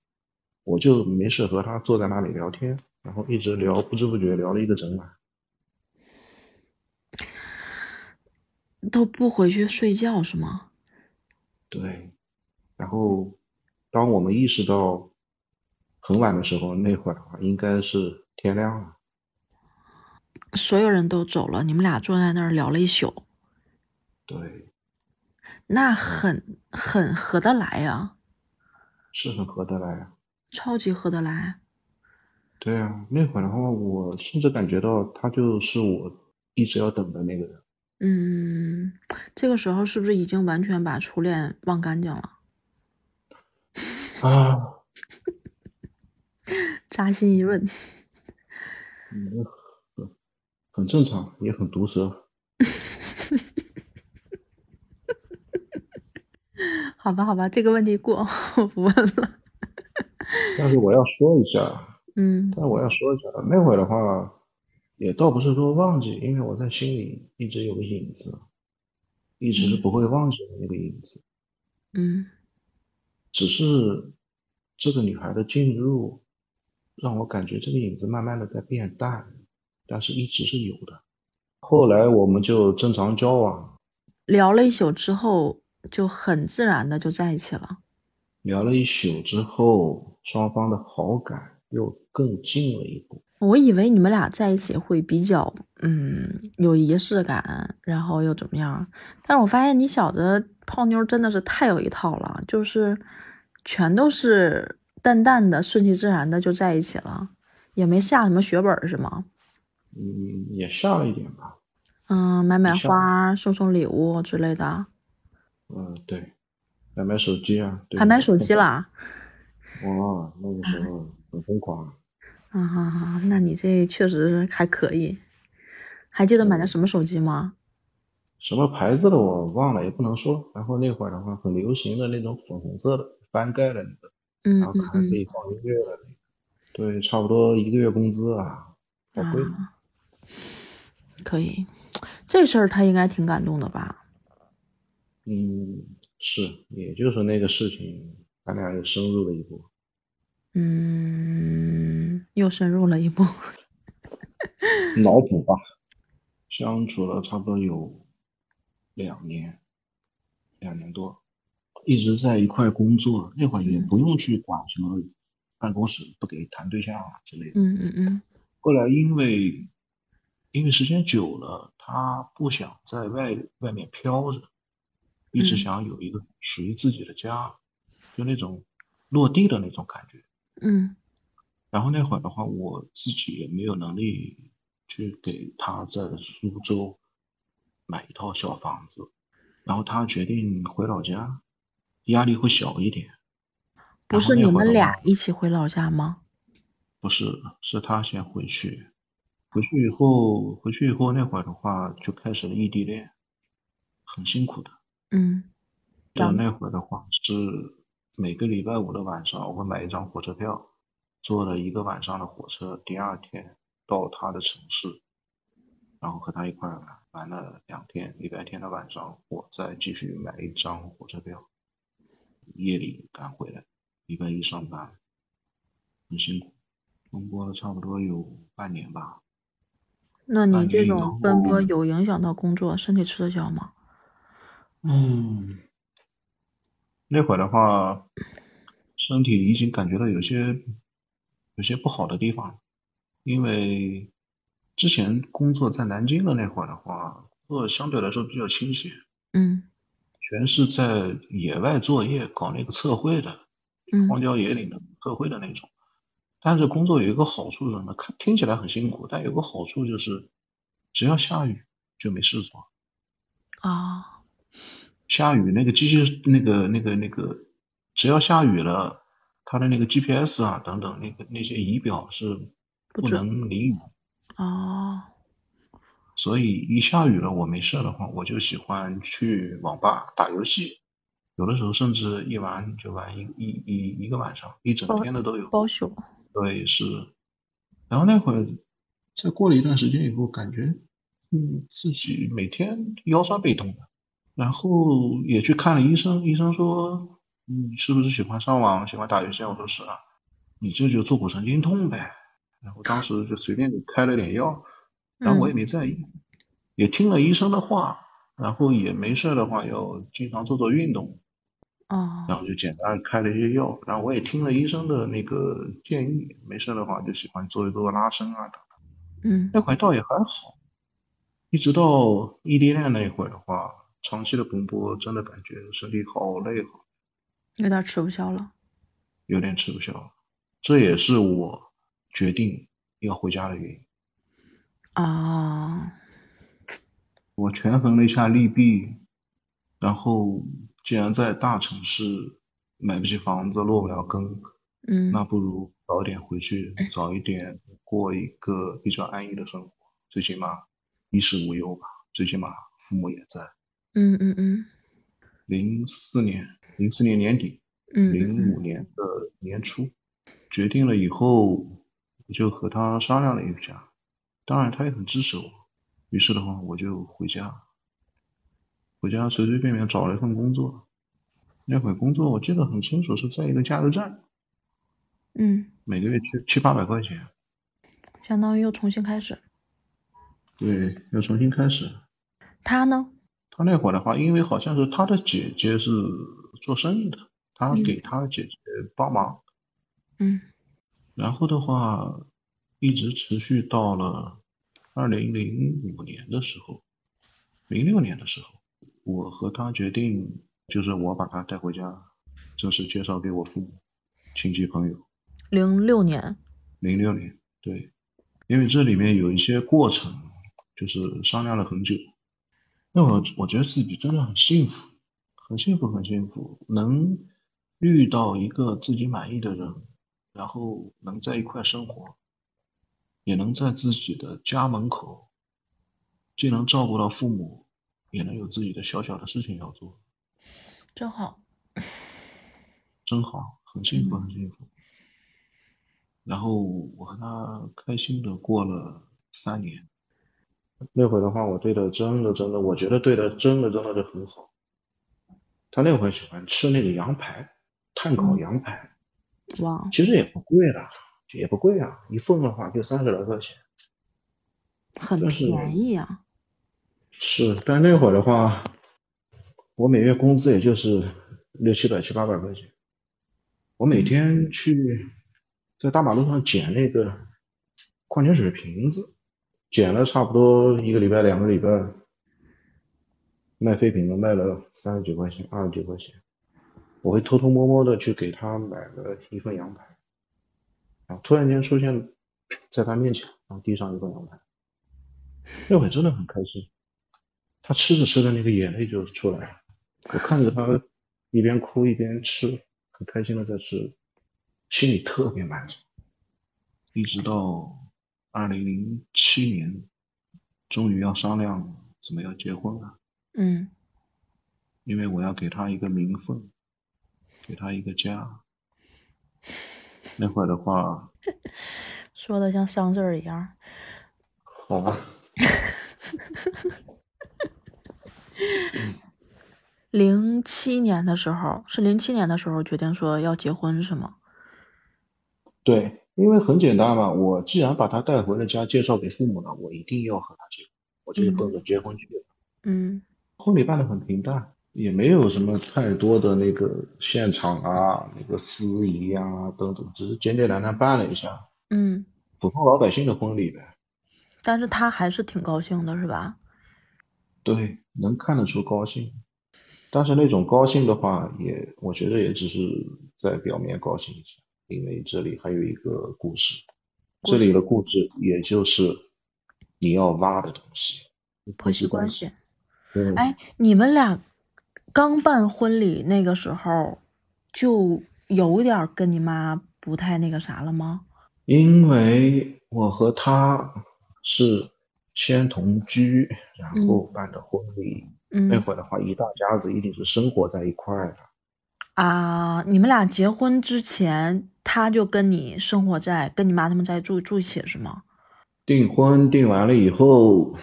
Speaker 2: 我就没事和他坐在那里聊天，然后一直聊，不知不觉聊了一个整晚。
Speaker 1: 都不回去睡觉是吗？
Speaker 2: 对，然后当我们意识到很晚的时候，那会儿的话应该是天亮了。
Speaker 1: 所有人都走了，你们俩坐在那儿聊了一宿，
Speaker 2: 对，
Speaker 1: 那很很合得来呀、
Speaker 2: 是很合得来啊。
Speaker 1: 超级合得来。
Speaker 2: 对啊，那会儿的话，我甚至感觉到他就是我一直要等的那个人。
Speaker 1: 嗯，这个时候是不是已经完全把初恋忘干净了？
Speaker 2: 啊，
Speaker 1: 扎心一问，
Speaker 2: 嗯，很很正常，也很毒舌。
Speaker 1: 好吧，好吧，这个问题过， 我不问了。
Speaker 2: 但是我要说一下，
Speaker 1: 嗯
Speaker 2: 但是我要说一下，那会儿的话，也倒不是说忘记，因为我在心里一直有个影子，一直是不会忘记的那个影子。
Speaker 1: 嗯
Speaker 2: 只是这个女孩的进入，让我感觉这个影子慢慢的在变淡，但是一直是有的。后来我们就正常交往，
Speaker 1: 聊了一宿之后，就很自然的就在一起了。
Speaker 2: 聊了一宿之后，双方的好感又更近了一步。
Speaker 1: 我以为你们俩在一起会比较，嗯，有仪式感，然后又怎么样？但是我发现你小子泡妞真的是太有一套了，就是全都是淡淡的、顺其自然的就在一起了，也没下什么血本儿是吗？
Speaker 2: 嗯，也下了一点吧。
Speaker 1: 嗯，买买
Speaker 2: 没下
Speaker 1: 花、送送礼物之类的，
Speaker 2: 嗯，对，还买手机啊，对，
Speaker 1: 还买手机啦。
Speaker 2: 哇，那个时候很疯狂啊。
Speaker 1: 啊哈哈，那你这确实还可以。还记得买的
Speaker 2: 嗯
Speaker 1: 什么手机吗？
Speaker 2: 什么牌子的我忘了，也不能说。然后那会儿的话，很流行的那种粉红色的翻盖的那个，
Speaker 1: 嗯
Speaker 2: 然后
Speaker 1: 嗯
Speaker 2: 还可
Speaker 1: 嗯，
Speaker 2: 以放音乐的那个。对，差不多一个月工资啊，好贵。
Speaker 1: 可以。这事儿他应该挺感动的吧？
Speaker 2: 嗯，是，也就是那个事情，咱俩也深入了一步。
Speaker 1: 嗯，又深入了一步。
Speaker 2: 脑补吧。相处了差不多有两年，两年多，一直在一块工作。那会儿也不用去管什么办公室不给谈对象啊之类的。
Speaker 1: 嗯嗯嗯
Speaker 2: 后来因为因为时间久了，他不想在外外面飘着，一直
Speaker 1: 嗯
Speaker 2: 想有一个属于自己的家，就那种落地的那种感觉。
Speaker 1: 嗯
Speaker 2: 然后那会儿的话，我自己也没有能力去给他在苏州买一套小房子，然后他决定回老家，压力会小一点。
Speaker 1: 不是你们俩一起回老家吗？
Speaker 2: 不是，是他先回去，回去以后，回去以后那会儿的话就开始了异地恋，很辛苦的。
Speaker 1: 嗯，
Speaker 2: 就那会儿的话是每个礼拜五的晚上，我会买一张火车票，坐了一个晚上的火车，第二天到他的城市，然后和他一块儿玩，玩了两天，礼拜天的晚上我再继续买一张火车票，夜里赶回来，礼拜一上班，很辛苦，奔波了差不多有半年吧。
Speaker 1: 那你
Speaker 2: 感觉
Speaker 1: 这
Speaker 2: 以
Speaker 1: 种
Speaker 2: 后
Speaker 1: 奔波有影响到工作、身体吃得消吗？
Speaker 2: 嗯，那会儿的话，身体已经感觉到有些有些不好的地方了，因为之前工作在南京的那会儿的话，工作相对来说比较清闲，
Speaker 1: 嗯
Speaker 2: 全是在野外作业，搞那个测绘的，
Speaker 1: 嗯
Speaker 2: 荒郊野岭的测绘的那种。但是工作有一个好处是什么？看听起来很辛苦，但有个好处就是，只要下雨就没事做。
Speaker 1: 啊，
Speaker 2: 下雨那个机器那个那个那个，只要下雨了，它的那个 GPS 啊等等那个那些仪表是
Speaker 1: 不
Speaker 2: 不
Speaker 1: 准
Speaker 2: 能淋雨，
Speaker 1: 哦，
Speaker 2: 所以一下雨了我没事的话，我就喜欢去网吧打游戏，有的时候甚至一玩就玩一一一一个晚上，一整
Speaker 1: 包
Speaker 2: 天的都有。
Speaker 1: 包宿。
Speaker 2: 对，是。然后那会儿，再过了一段时间以后，感觉嗯自己每天腰酸背痛的，然后也去看了医生，医生说嗯你是不是喜欢上网，喜欢打游戏啊？我说是啊，你这就坐骨神经痛呗。然后当时就随便给开了点药，
Speaker 1: 嗯
Speaker 2: 然后我也没在意，也听了医生的话，然后也没事儿的话要经常做做运动，
Speaker 1: 哦，
Speaker 2: 然后就简单开了一些药，然后我也听了医生的那个建议，没事的话就喜欢做一做拉伸啊。
Speaker 1: 嗯
Speaker 2: 那会儿倒也还好，一直到异地恋那一会儿的话，长期的奔波真的感觉身体好累，
Speaker 1: 有点吃不消了。
Speaker 2: 有点吃不消。这也是我决定要回家的原因。
Speaker 1: 啊，
Speaker 2: 我权衡了一下利弊，然后既然在大城市买不起房子，落不了根，
Speaker 1: 嗯，
Speaker 2: 那不如早点回去，早一点过一个比较安逸的生活，最起码衣食无忧吧。最起码父母也在。
Speaker 1: 嗯嗯嗯
Speaker 2: 零四年，零四年年底，
Speaker 1: 嗯
Speaker 2: 零五年的年初，决定了以后，我就和他商量了一下，当然他也很支持我。于是的话，我就回家，回家随随便便找了一份工作。那会工作我记得很清楚，是在一个加油站，
Speaker 1: 嗯，
Speaker 2: 每个月七七八百块钱。
Speaker 1: 相当于又重新开始。
Speaker 2: 对，要重新开始。
Speaker 1: 他呢？
Speaker 2: 他那会儿的话，因为好像是他的姐姐是做生意的，他
Speaker 1: 嗯
Speaker 2: 给他的姐姐帮忙，
Speaker 1: 嗯
Speaker 2: 然后的话一直持续到了二零零五年的时候，零六年的时候，我和他决定，就是我把他带回家，正式介绍给我父母、亲戚朋友。
Speaker 1: 零六年。
Speaker 2: 零六年，对，因为这里面有一些过程，就是商量了很久。那我我觉得自己真的很幸福，很幸福，很幸福，能遇到一个自己满意的人，然后能在一块生活，也能在自己的家门口，既能照顾到父母，也能有自己的小小的事情要做，
Speaker 1: 真好。
Speaker 2: 真好，很幸福，
Speaker 1: 嗯
Speaker 2: 很幸福。然后我和他开心的过了三年。那会儿的话，我对他真的真的，我觉得对他真的真的是很好。他那会儿喜欢吃那个羊排，炭烤羊排，
Speaker 1: 哇，
Speaker 2: 其实也不贵啦，也不贵啊，一份的话就三十来块钱。
Speaker 1: 很
Speaker 2: 但是
Speaker 1: 便宜啊。
Speaker 2: 是，但那会儿的话，我每月工资也就是六七百、七八百块钱。我每天去在大马路上捡那个矿泉水瓶子，捡了差不多一个礼拜、两个礼拜，卖废品的卖了三十几块钱、二十几块钱。我会偷偷摸摸的去给他买了一份羊排，然后突然间出现在他面前，然后递上一份羊排，那会儿真的很开心。他吃着吃着，那个眼泪就出来了。我看着他一边哭一边吃，很开心的在吃。心里特别满足，一直到二零零七年，终于要商量怎么要结婚了，
Speaker 1: 嗯
Speaker 2: 因为我要给他一个名分，给他一个家。那会儿的话，
Speaker 1: 说的像丧事儿一样。
Speaker 2: 好吧，
Speaker 1: 零七年的时候，是零七年的时候决定说要结婚是吗？
Speaker 2: 对，因为很简单嘛，我既然把他带回了家，介绍给父母了，我一定要和他结婚，我就是奔着结婚去的。
Speaker 1: 嗯
Speaker 2: 婚礼办得很平淡，也没有什么太多的那个现场啊、那个司仪啊等等，只是简简单单办了一下
Speaker 1: 嗯，
Speaker 2: 普通老百姓的婚礼呗。
Speaker 1: 但是他还是挺高兴的，是吧？
Speaker 2: 对，能看得出高兴，但是那种高兴的话也，我觉得也只是在表面高兴一下，因为这里还有一个故事，
Speaker 1: 故
Speaker 2: 这
Speaker 1: 事
Speaker 2: 里的故事也就是你要挖的东西，
Speaker 1: 婆媳
Speaker 2: 媳
Speaker 1: 关
Speaker 2: 关
Speaker 1: 系。
Speaker 2: 对，
Speaker 1: 哎，你们俩刚办婚礼那个时候，就有点儿跟你妈不太那个啥了吗？
Speaker 2: 因为我和他是先同居，然后办的婚礼。那
Speaker 1: 嗯
Speaker 2: 会儿的话，一大家子一定是生活在一块儿的。
Speaker 1: 啊，你们俩结婚之前，他就跟你生活在跟你妈他们在住住一起是吗？
Speaker 2: 订婚订完了以后，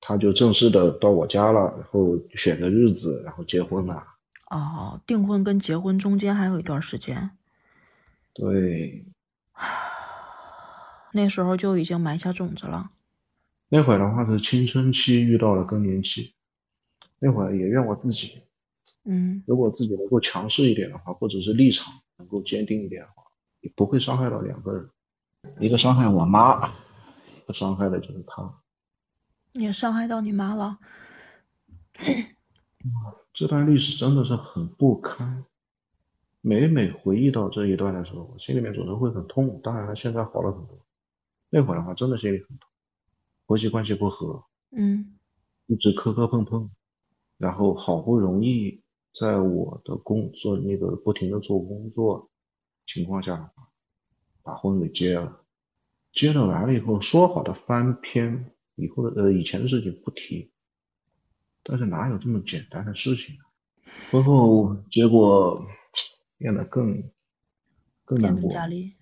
Speaker 2: 他就正式的到我家了，然后选个日子，然后结婚了。
Speaker 1: 哦，订婚跟结婚中间还有一段时间，
Speaker 2: 对，
Speaker 1: 那时候就已经埋下种子了。
Speaker 2: 那会儿的话是青春期遇到了更年期，那会儿也怨我自己，
Speaker 1: 嗯
Speaker 2: 如果自己能够强势一点的话，或者是立场能够坚定一点的话，也不会伤害到两个人，一个伤害我妈，一个伤害的就是他。
Speaker 1: 也伤害到你妈了。
Speaker 2: 这段历史真的是很不堪，每每回忆到这一段的时候，我心里面总是会很痛。当然了，现在好了很多，那会儿的话真的心里很痛，婆媳关系不和，
Speaker 1: 嗯
Speaker 2: 一直磕磕碰碰，然后好不容易在我的工作那个不停的做工作情况下，把婚给结了，结了完了以后说好的翻篇，以后的呃以前的事情不提，但是哪有这么简单的事情啊？婚后结果变得更更
Speaker 1: 变
Speaker 2: 难
Speaker 1: 本
Speaker 2: 过，
Speaker 1: 加厉。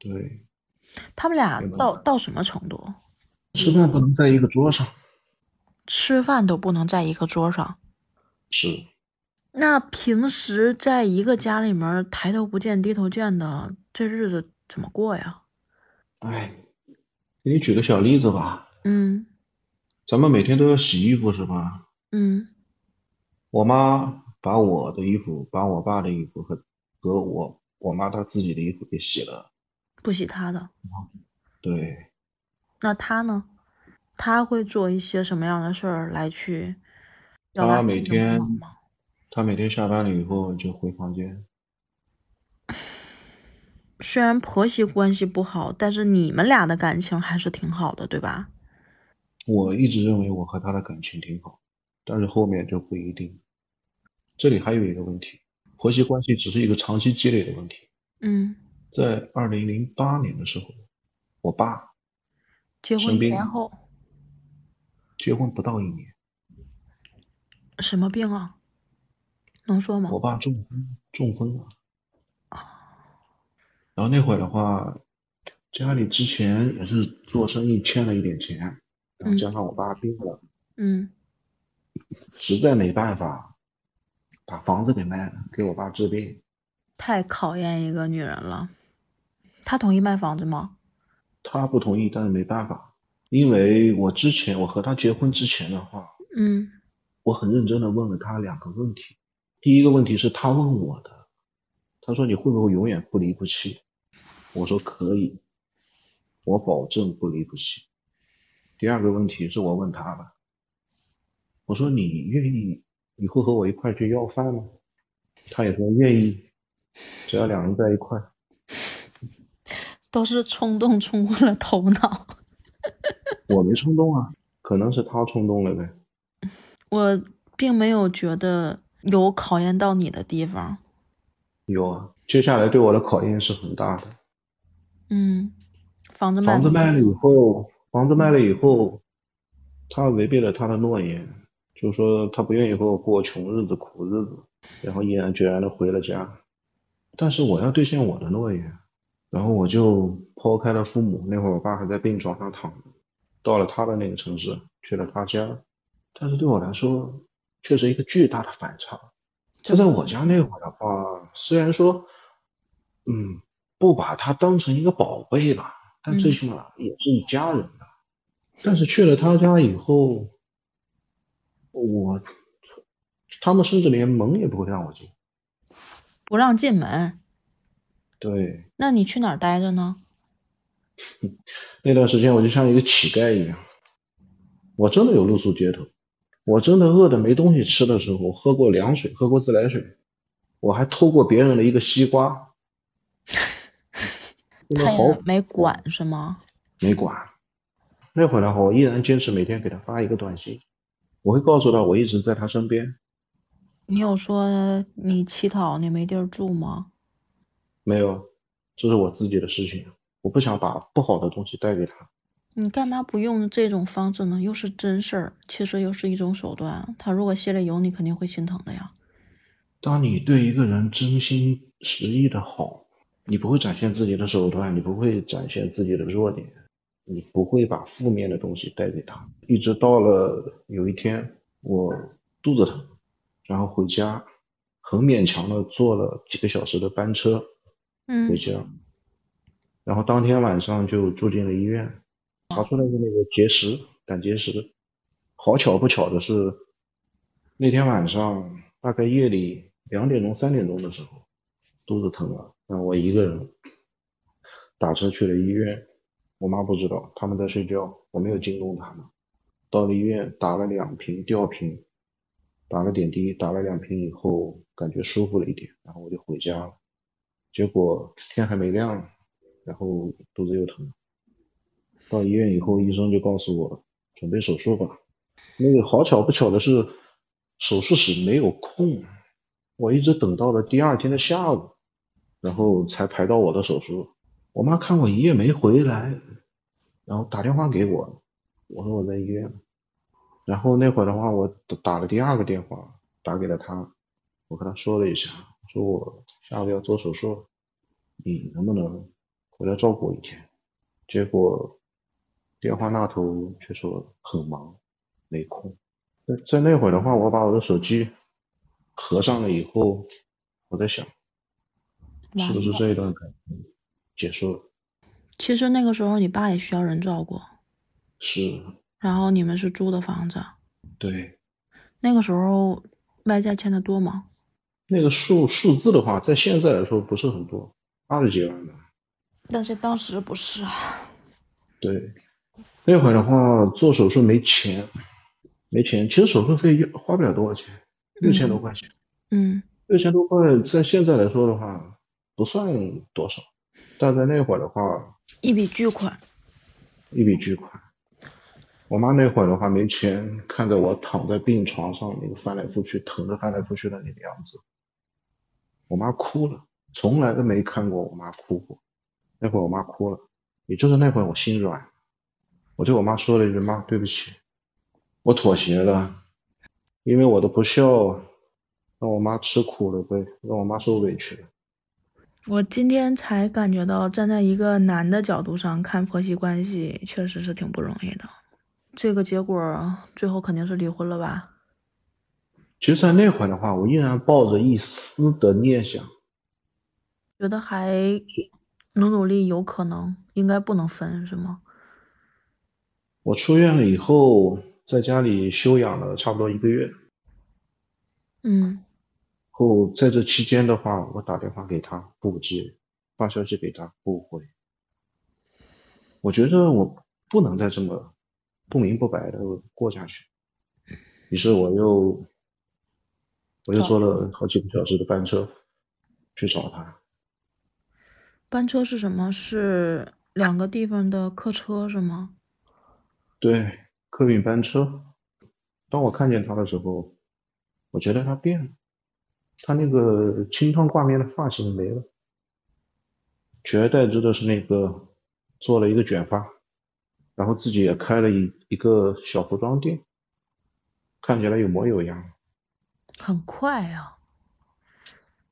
Speaker 2: 对，
Speaker 1: 他们俩
Speaker 2: 变本
Speaker 1: 到到什么程度？
Speaker 2: 吃饭不能在一个桌上，
Speaker 1: 吃饭都不能在一个桌上。
Speaker 2: 是
Speaker 1: 那平时在一个家里面抬头不见低头见的，这日子怎么过呀？
Speaker 2: 哎，给你举个小例子吧，
Speaker 1: 嗯
Speaker 2: 咱们每天都要洗衣服是吧？
Speaker 1: 嗯
Speaker 2: 我妈把我的衣服、把我爸的衣服和和我我妈她自己的衣服给洗了。
Speaker 1: 不洗他的。
Speaker 2: 对，
Speaker 1: 那他呢？他会做一些什么样的事儿来去表达
Speaker 2: 她
Speaker 1: 自
Speaker 2: 每
Speaker 1: 己的不
Speaker 2: 天
Speaker 1: 满吗？
Speaker 2: 她每天下班了以后就回房间。
Speaker 1: 虽然婆媳关系不好，但是你们俩的感情还是挺好的，对吧？
Speaker 2: 我一直认为我和她的感情挺好，但是后面就不一定。这里还有一个问题，婆媳关系只是一个长期积累的问题。
Speaker 1: 嗯，
Speaker 2: 在二零零八年的时候，我爸
Speaker 1: 结婚
Speaker 2: 生
Speaker 1: 一
Speaker 2: 病
Speaker 1: 年
Speaker 2: 了
Speaker 1: 后
Speaker 2: 结婚不到一年，
Speaker 1: 什么病啊？能说吗
Speaker 2: 我？爸中风中风了。然后那会儿的话，家里之前也是做生意欠了一点钱，然后
Speaker 1: 嗯
Speaker 2: 加上我爸病了，
Speaker 1: 嗯
Speaker 2: 实在没办法，把房子给卖了，给我爸治病。
Speaker 1: 太考验一个女人了。他同意卖房子吗？
Speaker 2: 他不同意，但是没办法，因为我之前我和他结婚之前的话，
Speaker 1: 嗯
Speaker 2: 我很认真的问了他两个问题。第一个问题是他问我的，他说你会不会永远不离不弃？我说可以，我保证不离不弃。第二个问题是我问他的，我说你愿意以后和我一块儿去要饭吗？他也说愿意，只要两人在一块儿。
Speaker 1: 都是冲动冲昏了头脑。
Speaker 2: 我没冲动啊，可能是他冲动了呗。
Speaker 1: 我并没有觉得有考验到你的地方，
Speaker 2: 有啊，接下来对我的考验是很大的。
Speaker 1: 嗯，房子卖
Speaker 2: 房子卖了以
Speaker 1: 了，
Speaker 2: 后，房子卖了以后，他违背了他的诺言，就说他不愿意和我过穷日子、苦日子，然后毅然决然的回了家。但是我要兑现我的诺言，然后我就抛开了父母。那会儿我爸还在病床上躺着，到了他的那个城市，去了他家。但是对我来说，却是一个巨大的反差。他
Speaker 1: 真
Speaker 2: 在
Speaker 1: 的，
Speaker 2: 我家那会儿的话，虽然说，嗯，不把他当成一个宝贝吧，但最
Speaker 1: 嗯
Speaker 2: 起码也是一家人的。但是去了他家以后，我他们甚至连门也不会让我进。
Speaker 1: 不让进门，
Speaker 2: 对，
Speaker 1: 那你去哪儿待着呢？
Speaker 2: 那段时间我就像一个乞丐一样，我真的有露宿街头，我真的饿的没东西吃的时候，喝过凉水，喝过自来水，我还偷过别人的一个西瓜，真的
Speaker 1: 他
Speaker 2: 好
Speaker 1: 也没
Speaker 2: 苦，
Speaker 1: 管是吗？
Speaker 2: 没管。那会儿的话，我依然坚持每天给他发一个短信，我会告诉他我一直在他身边。
Speaker 1: 你有说你乞讨你没地儿住吗？
Speaker 2: 没有，这是我自己的事情，我不想把不好的东西带给他。
Speaker 1: 你干嘛不用这种方式呢？又是真事儿，其实又是一种手段。他如果心里有你，肯定会心疼的呀。
Speaker 2: 当你对一个人真心实意的好，你不会展现自己的手段，你不会展现自己的弱点，你不会把负面的东西带给他。一直到了有一天，我肚子疼，然后回家，很勉强的坐了几个小时的班车回
Speaker 1: 嗯，
Speaker 2: 家，然后当天晚上就住进了医院，查出来是那个结石，胆结石。好巧不巧的是，那天晚上大概夜里两点钟、三点钟的时候，肚子疼了，让我一个人打车去了医院。我妈不知道，他们在睡觉，我没有惊动他们。到了医院打了两瓶吊瓶，打了点滴，打了两瓶以后感觉舒服了一点，然后我就回家了。结果天还没亮，然后肚子又疼了。到医院以后，医生就告诉我准备手术吧。那个好巧不巧的是，手术室没有空，我一直等到了第二天的下午，然后才排到我的手术。我妈看我一夜没回来，然后打电话给我，我说我在医院。然后那会儿的话，我打打了第二个电话，打给了她，我跟她说了一下，说我下午要做手术，你能不能回来照顾我一天？结果电话那头却说很忙，没空。在在那会儿的话，我把我的手机合上了以后，我在想，
Speaker 1: 完
Speaker 2: 是不是
Speaker 1: 了。
Speaker 2: 这一段感情结束了？
Speaker 1: 其实那个时候你爸也需要人照顾，
Speaker 2: 是，
Speaker 1: 然后你们是租的房子，
Speaker 2: 对。
Speaker 1: 那个时候外债欠的多吗？
Speaker 2: 那个数数字的话，在现在来说不是很多，二十几万吧。
Speaker 1: 但是当时不是啊。
Speaker 2: 对，那会儿的话，做手术没钱，没钱。其实手术费又花不了多少钱，六千多
Speaker 1: 嗯
Speaker 2: 块钱。
Speaker 1: 嗯，
Speaker 2: 六千多块，在现在来说的话，不算多少，但在那会儿的话，
Speaker 1: 一笔巨款。
Speaker 2: 一笔巨款。我妈那会儿的话没钱，看着我躺在病床上那个翻来覆去、疼得翻来覆去的那个样子，我妈哭了，从来都没看过我妈哭过。那会儿我妈哭了，也就是那会儿我心软，我对我妈说了一句：“妈，对不起，我妥协了，因为我的不孝，让我妈吃苦了呗，让我妈受委屈了。”
Speaker 1: 我今天才感觉到，站在一个男的角度上看婆媳关系，确实是挺不容易的。这个结果儿最后肯定是离婚了吧？
Speaker 2: 其实，在那会儿的话，我依然抱着一丝的念想，
Speaker 1: 觉得还努努力有可能，应该不能分是吗？
Speaker 2: 我出院了以后，在家里休养了差不多一个月。
Speaker 1: 嗯
Speaker 2: 后在这期间的话，我打电话给他不接，发消息给他不回。我觉得我不能再这么不明不白的过下去，于是我又我又
Speaker 1: 找
Speaker 2: 坐
Speaker 1: 他
Speaker 2: 了好几个小时的班车去找他。
Speaker 1: 班车是什么？是两个地方的客车是吗？
Speaker 2: 对，客运班车。当我看见他的时候，我觉得他变了。他那个清汤挂面的发型没了，取而代之的是那个做了一个卷发，然后自己也开了一一个小服装店，看起来有模有样。
Speaker 1: 很快呀、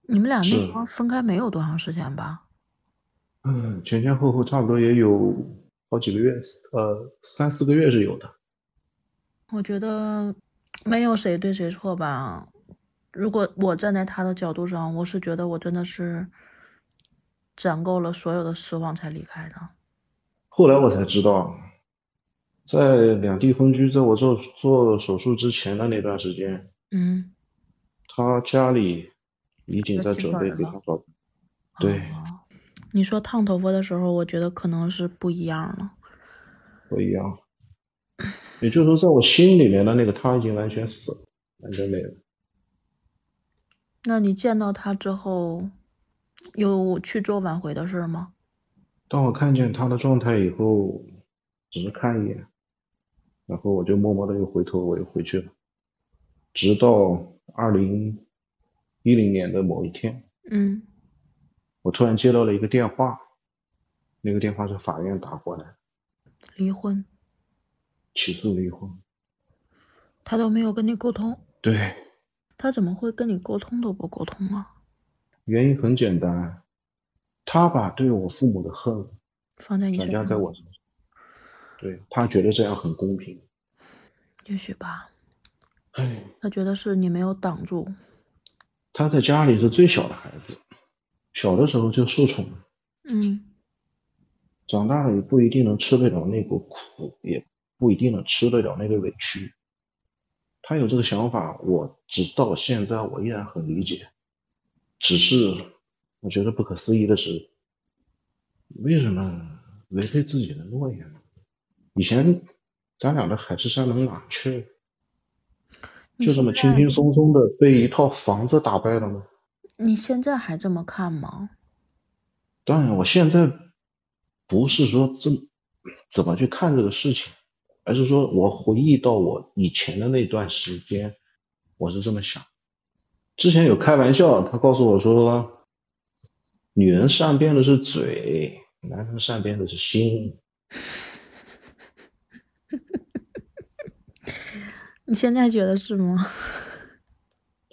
Speaker 1: 你们俩那时
Speaker 2: 是
Speaker 1: 候分开没有多长时间吧？
Speaker 2: 嗯，前前后后差不多也有好几个月，呃，三四个月是有的。
Speaker 1: 我觉得没有谁对谁错吧。如果我站在他的角度上，我是觉得我真的是攒够了所有的失望才离开的。
Speaker 2: 后来我才知道，在两地分居，在我做做手术之前的那段时间，
Speaker 1: 嗯，
Speaker 2: 他家里已经在
Speaker 1: 有亲
Speaker 2: 准
Speaker 1: 本
Speaker 2: 备
Speaker 1: 儿
Speaker 2: 给
Speaker 1: 了
Speaker 2: 他找，对，
Speaker 1: 哦你说烫头发的时候，我觉得可能是不一样了。
Speaker 2: 不一样。也就是说，在我心里面的那个他已经完全死了，完全没了。
Speaker 1: 那你见到他之后，有去做挽回的事儿吗？
Speaker 2: 当我看见他的状态以后，只是看一眼，然后我就默默的又回头，我又回去了。直到二零一零年的某一天，
Speaker 1: 嗯，
Speaker 2: 我突然接到了一个电话，那个电话是法院打过来的。
Speaker 1: 离婚，
Speaker 2: 起诉离婚。
Speaker 1: 他都没有跟你沟通，
Speaker 2: 对，
Speaker 1: 他怎么会跟你沟通都不沟通啊？
Speaker 2: 原因很简单，他把对我父母的恨
Speaker 1: 放在你
Speaker 2: 转
Speaker 1: 身
Speaker 2: 嫁在
Speaker 1: 上，
Speaker 2: 我身上，对他觉得这样很公平。
Speaker 1: 也许吧，
Speaker 2: 哎，
Speaker 1: 他觉得是你没有挡住。
Speaker 2: 他在家里是最小的孩子，小的时候就受宠，
Speaker 1: 嗯，
Speaker 2: 长大了也不一定能吃得了那股苦，也不一定能吃得了那个委屈。他有这个想法，我直到现在我依然很理解，只是我觉得不可思议的是，为什么违背自己的诺言呢？以前咱俩的海誓山盟哪去了？
Speaker 1: 你
Speaker 2: 就这
Speaker 1: 现
Speaker 2: 么轻
Speaker 1: 在
Speaker 2: 轻松松的被一套房子打败了吗？
Speaker 1: 你现在还这么看吗？
Speaker 2: 当然，我现在不是说这怎么去看这个事情，而是说我回忆到我以前的那段时间，我是这么想。之前有开玩笑，他告诉我说，女人善变的是嘴，男人善变的是心。
Speaker 1: 你现在觉得是吗？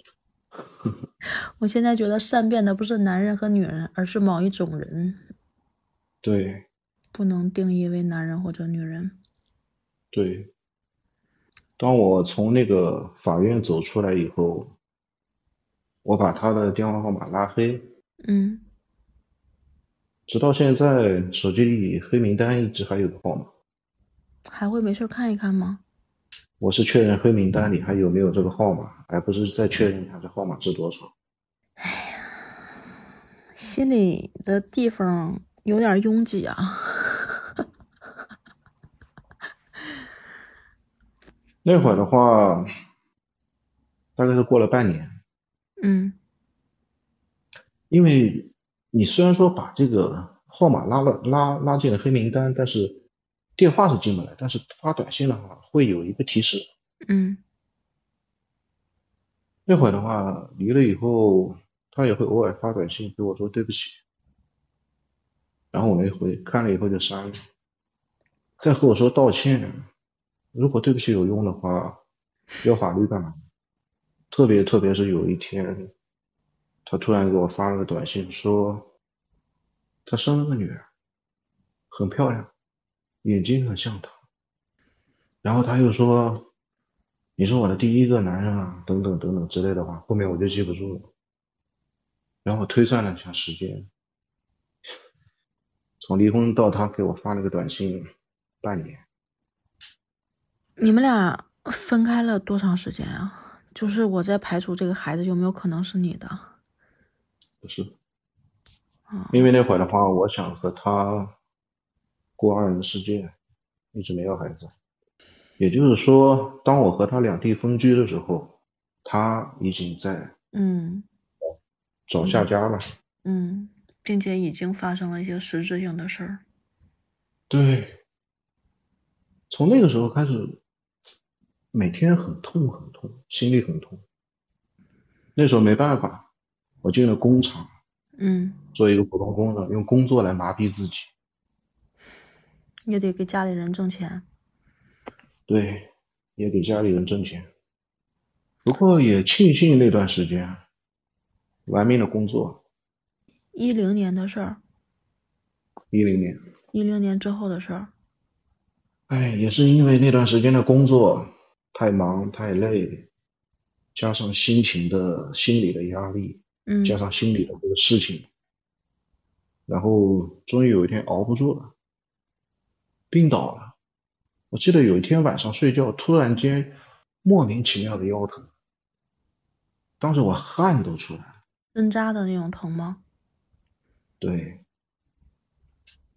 Speaker 1: 我现在觉得善变的不是男人和女人，而是某一种人，
Speaker 2: 对
Speaker 1: 不能定义为男人或者女人。
Speaker 2: 对，当我从那个法院走出来以后，我把他的电话号码拉黑，
Speaker 1: 嗯，
Speaker 2: 直到现在，手机里黑名单一直还有个号码。
Speaker 1: 还会没事儿看一看吗？
Speaker 2: 我是确认黑名单里还有没有这个号码，而不是再确认一下这号码是多少。
Speaker 1: 心里的地方有点拥挤啊。
Speaker 2: 那会儿的话，大概是过了半年，
Speaker 1: 嗯
Speaker 2: 因为你虽然说把这个号码拉了拉拉进了黑名单，但是电话是进不来，但是发短信的话会有一个提示。
Speaker 1: 嗯
Speaker 2: 那会儿的话，离了以后，他也会偶尔发短信给我说对不起，然后我没回，看了以后就删了，再和我说道歉。如果对不起有用的话，要法律干嘛？特别特别是有一天，他突然给我发了个短信说，他生了个女儿，很漂亮，眼睛很像他。然后他又说：“你是我的第一个男人啊，等等等等之类的话。”后面我就记不住了。然后我推算了一下时间，从离婚到他给我发那个短信，半年。
Speaker 1: 你们俩分开了多长时间啊？就是我在排除这个孩子有没有可能是你的
Speaker 2: 不是，
Speaker 1: 啊？
Speaker 2: 因为那会儿的话，我想和他过二人世界，一直没要孩子。也就是说，当我和他两地分居的时候，他已经在
Speaker 1: 嗯
Speaker 2: 找下家了。
Speaker 1: 嗯，并且已经发生了一些实质性的事儿。
Speaker 2: 对，从那个时候开始，每天很痛很痛，心里很痛。那时候没办法，我进了工厂，
Speaker 1: 嗯，
Speaker 2: 做一个普通工人，用工作来麻痹自己。
Speaker 1: 也得给家里人挣钱。
Speaker 2: 对，也给家里人挣钱。不过也庆幸那段时间，玩命的工作。
Speaker 1: 一零年的事儿，
Speaker 2: 一零年，
Speaker 1: 一零年之后的事儿，
Speaker 2: 哎，也是因为那段时间的工作太忙太累，加上心情的心理的压力，
Speaker 1: 嗯
Speaker 2: 加上心理的这个事情，然后终于有一天熬不住了，病倒了。我记得有一天晚上睡觉，突然间莫名其妙的腰疼，当时我汗都出来了。
Speaker 1: 针扎的那种疼吗？
Speaker 2: 对，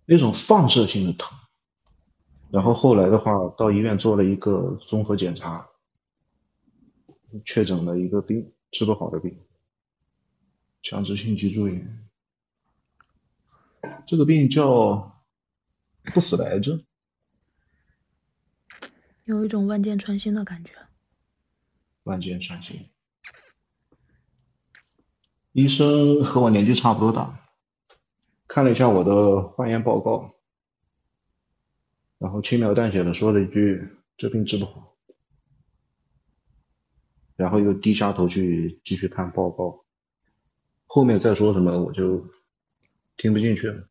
Speaker 2: 那种放射性的疼。然后后来的话，到医院做了一个综合检查，确诊了一个病，治不好的病，强直性脊柱炎。这个病叫不死癌症。
Speaker 1: 有一种万箭穿心的感觉。
Speaker 2: 万箭穿心。医生和我年纪差不多大，看了一下我的化验报告，然后轻描淡写的说了一句：“这病治不好。”然后又低下头去继续看报告，后面再说什么我就听不进去了。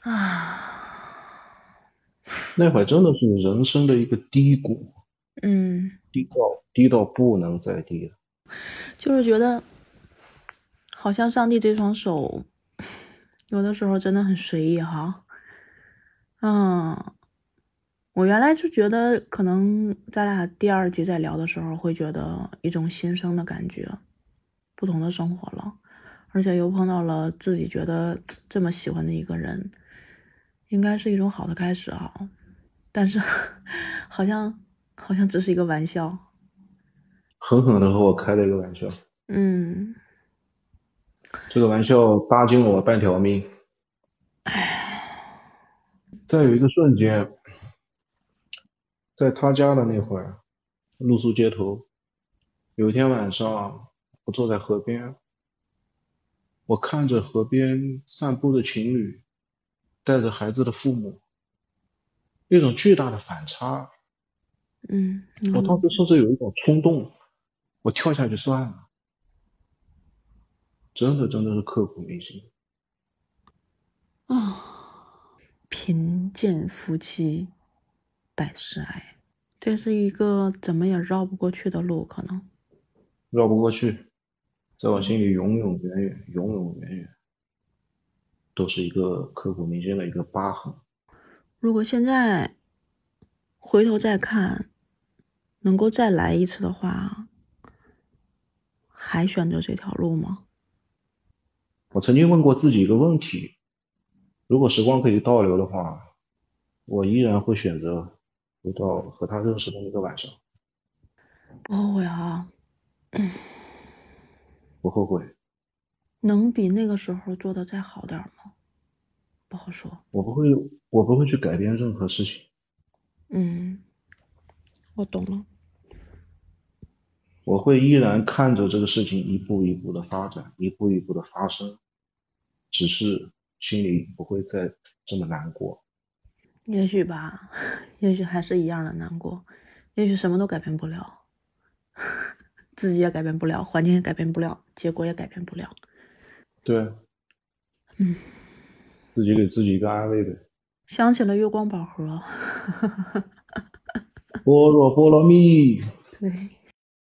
Speaker 1: 啊，
Speaker 2: 那会儿真的是人生的一个低谷，
Speaker 1: 嗯，
Speaker 2: 低到低到不能再低了。
Speaker 1: 就是觉得好像上帝这双手，有的时候真的很随意哈。嗯，我原来就觉得，可能咱俩第二集在聊的时候，会觉得一种新生的感觉，不同的生活了，而且又碰到了自己觉得这么喜欢的一个人，应该是一种好的开始啊。但是 好像好像只是一个玩笑，
Speaker 2: 狠狠的和我开了一个玩笑。
Speaker 1: 嗯。
Speaker 2: 这个玩笑搭进了我半条命。再有一个瞬间，在他家的那会儿，露宿街头。有一天晚上，我坐在河边，我看着河边散步的情侣，带着孩子的父母，那种巨大的反差，
Speaker 1: 嗯，
Speaker 2: 我
Speaker 1: 嗯
Speaker 2: 当时甚至有一种冲动，我跳下去算了。真的，真的是刻骨铭心。
Speaker 1: 啊，贫贱夫妻百事哀，这是一个怎么也绕不过去的路，可能。
Speaker 2: 绕不过去，在我心里永永远远、永永远远都是一个刻骨铭心的一个疤痕。
Speaker 1: 如果现在回头再看，能够再来一次的话，还选择这条路吗？
Speaker 2: 我曾经问过自己一个问题：如果时光可以倒流的话，我依然会选择回到和他认识的那个晚上，
Speaker 1: 不后悔啊，
Speaker 2: 不后悔，
Speaker 1: 能比那个时候做的再好点儿吗？不好说。
Speaker 2: 我不会，我不会去改变任何事情。
Speaker 1: 嗯，我懂了。
Speaker 2: 我会依然看着这个事情一步一步的发展，一步一步的发生，只是心里不会再这么难过。
Speaker 1: 也许吧， 也许还是一样的难过，也许什么都改变不了， 自己也改变不了，环境也改变不了，结果也改变不了。
Speaker 2: 对，
Speaker 1: 嗯，
Speaker 2: 自己给自己一个安慰呗。
Speaker 1: 想起了月光宝盒，
Speaker 2: 般若波罗蜜，
Speaker 1: 对，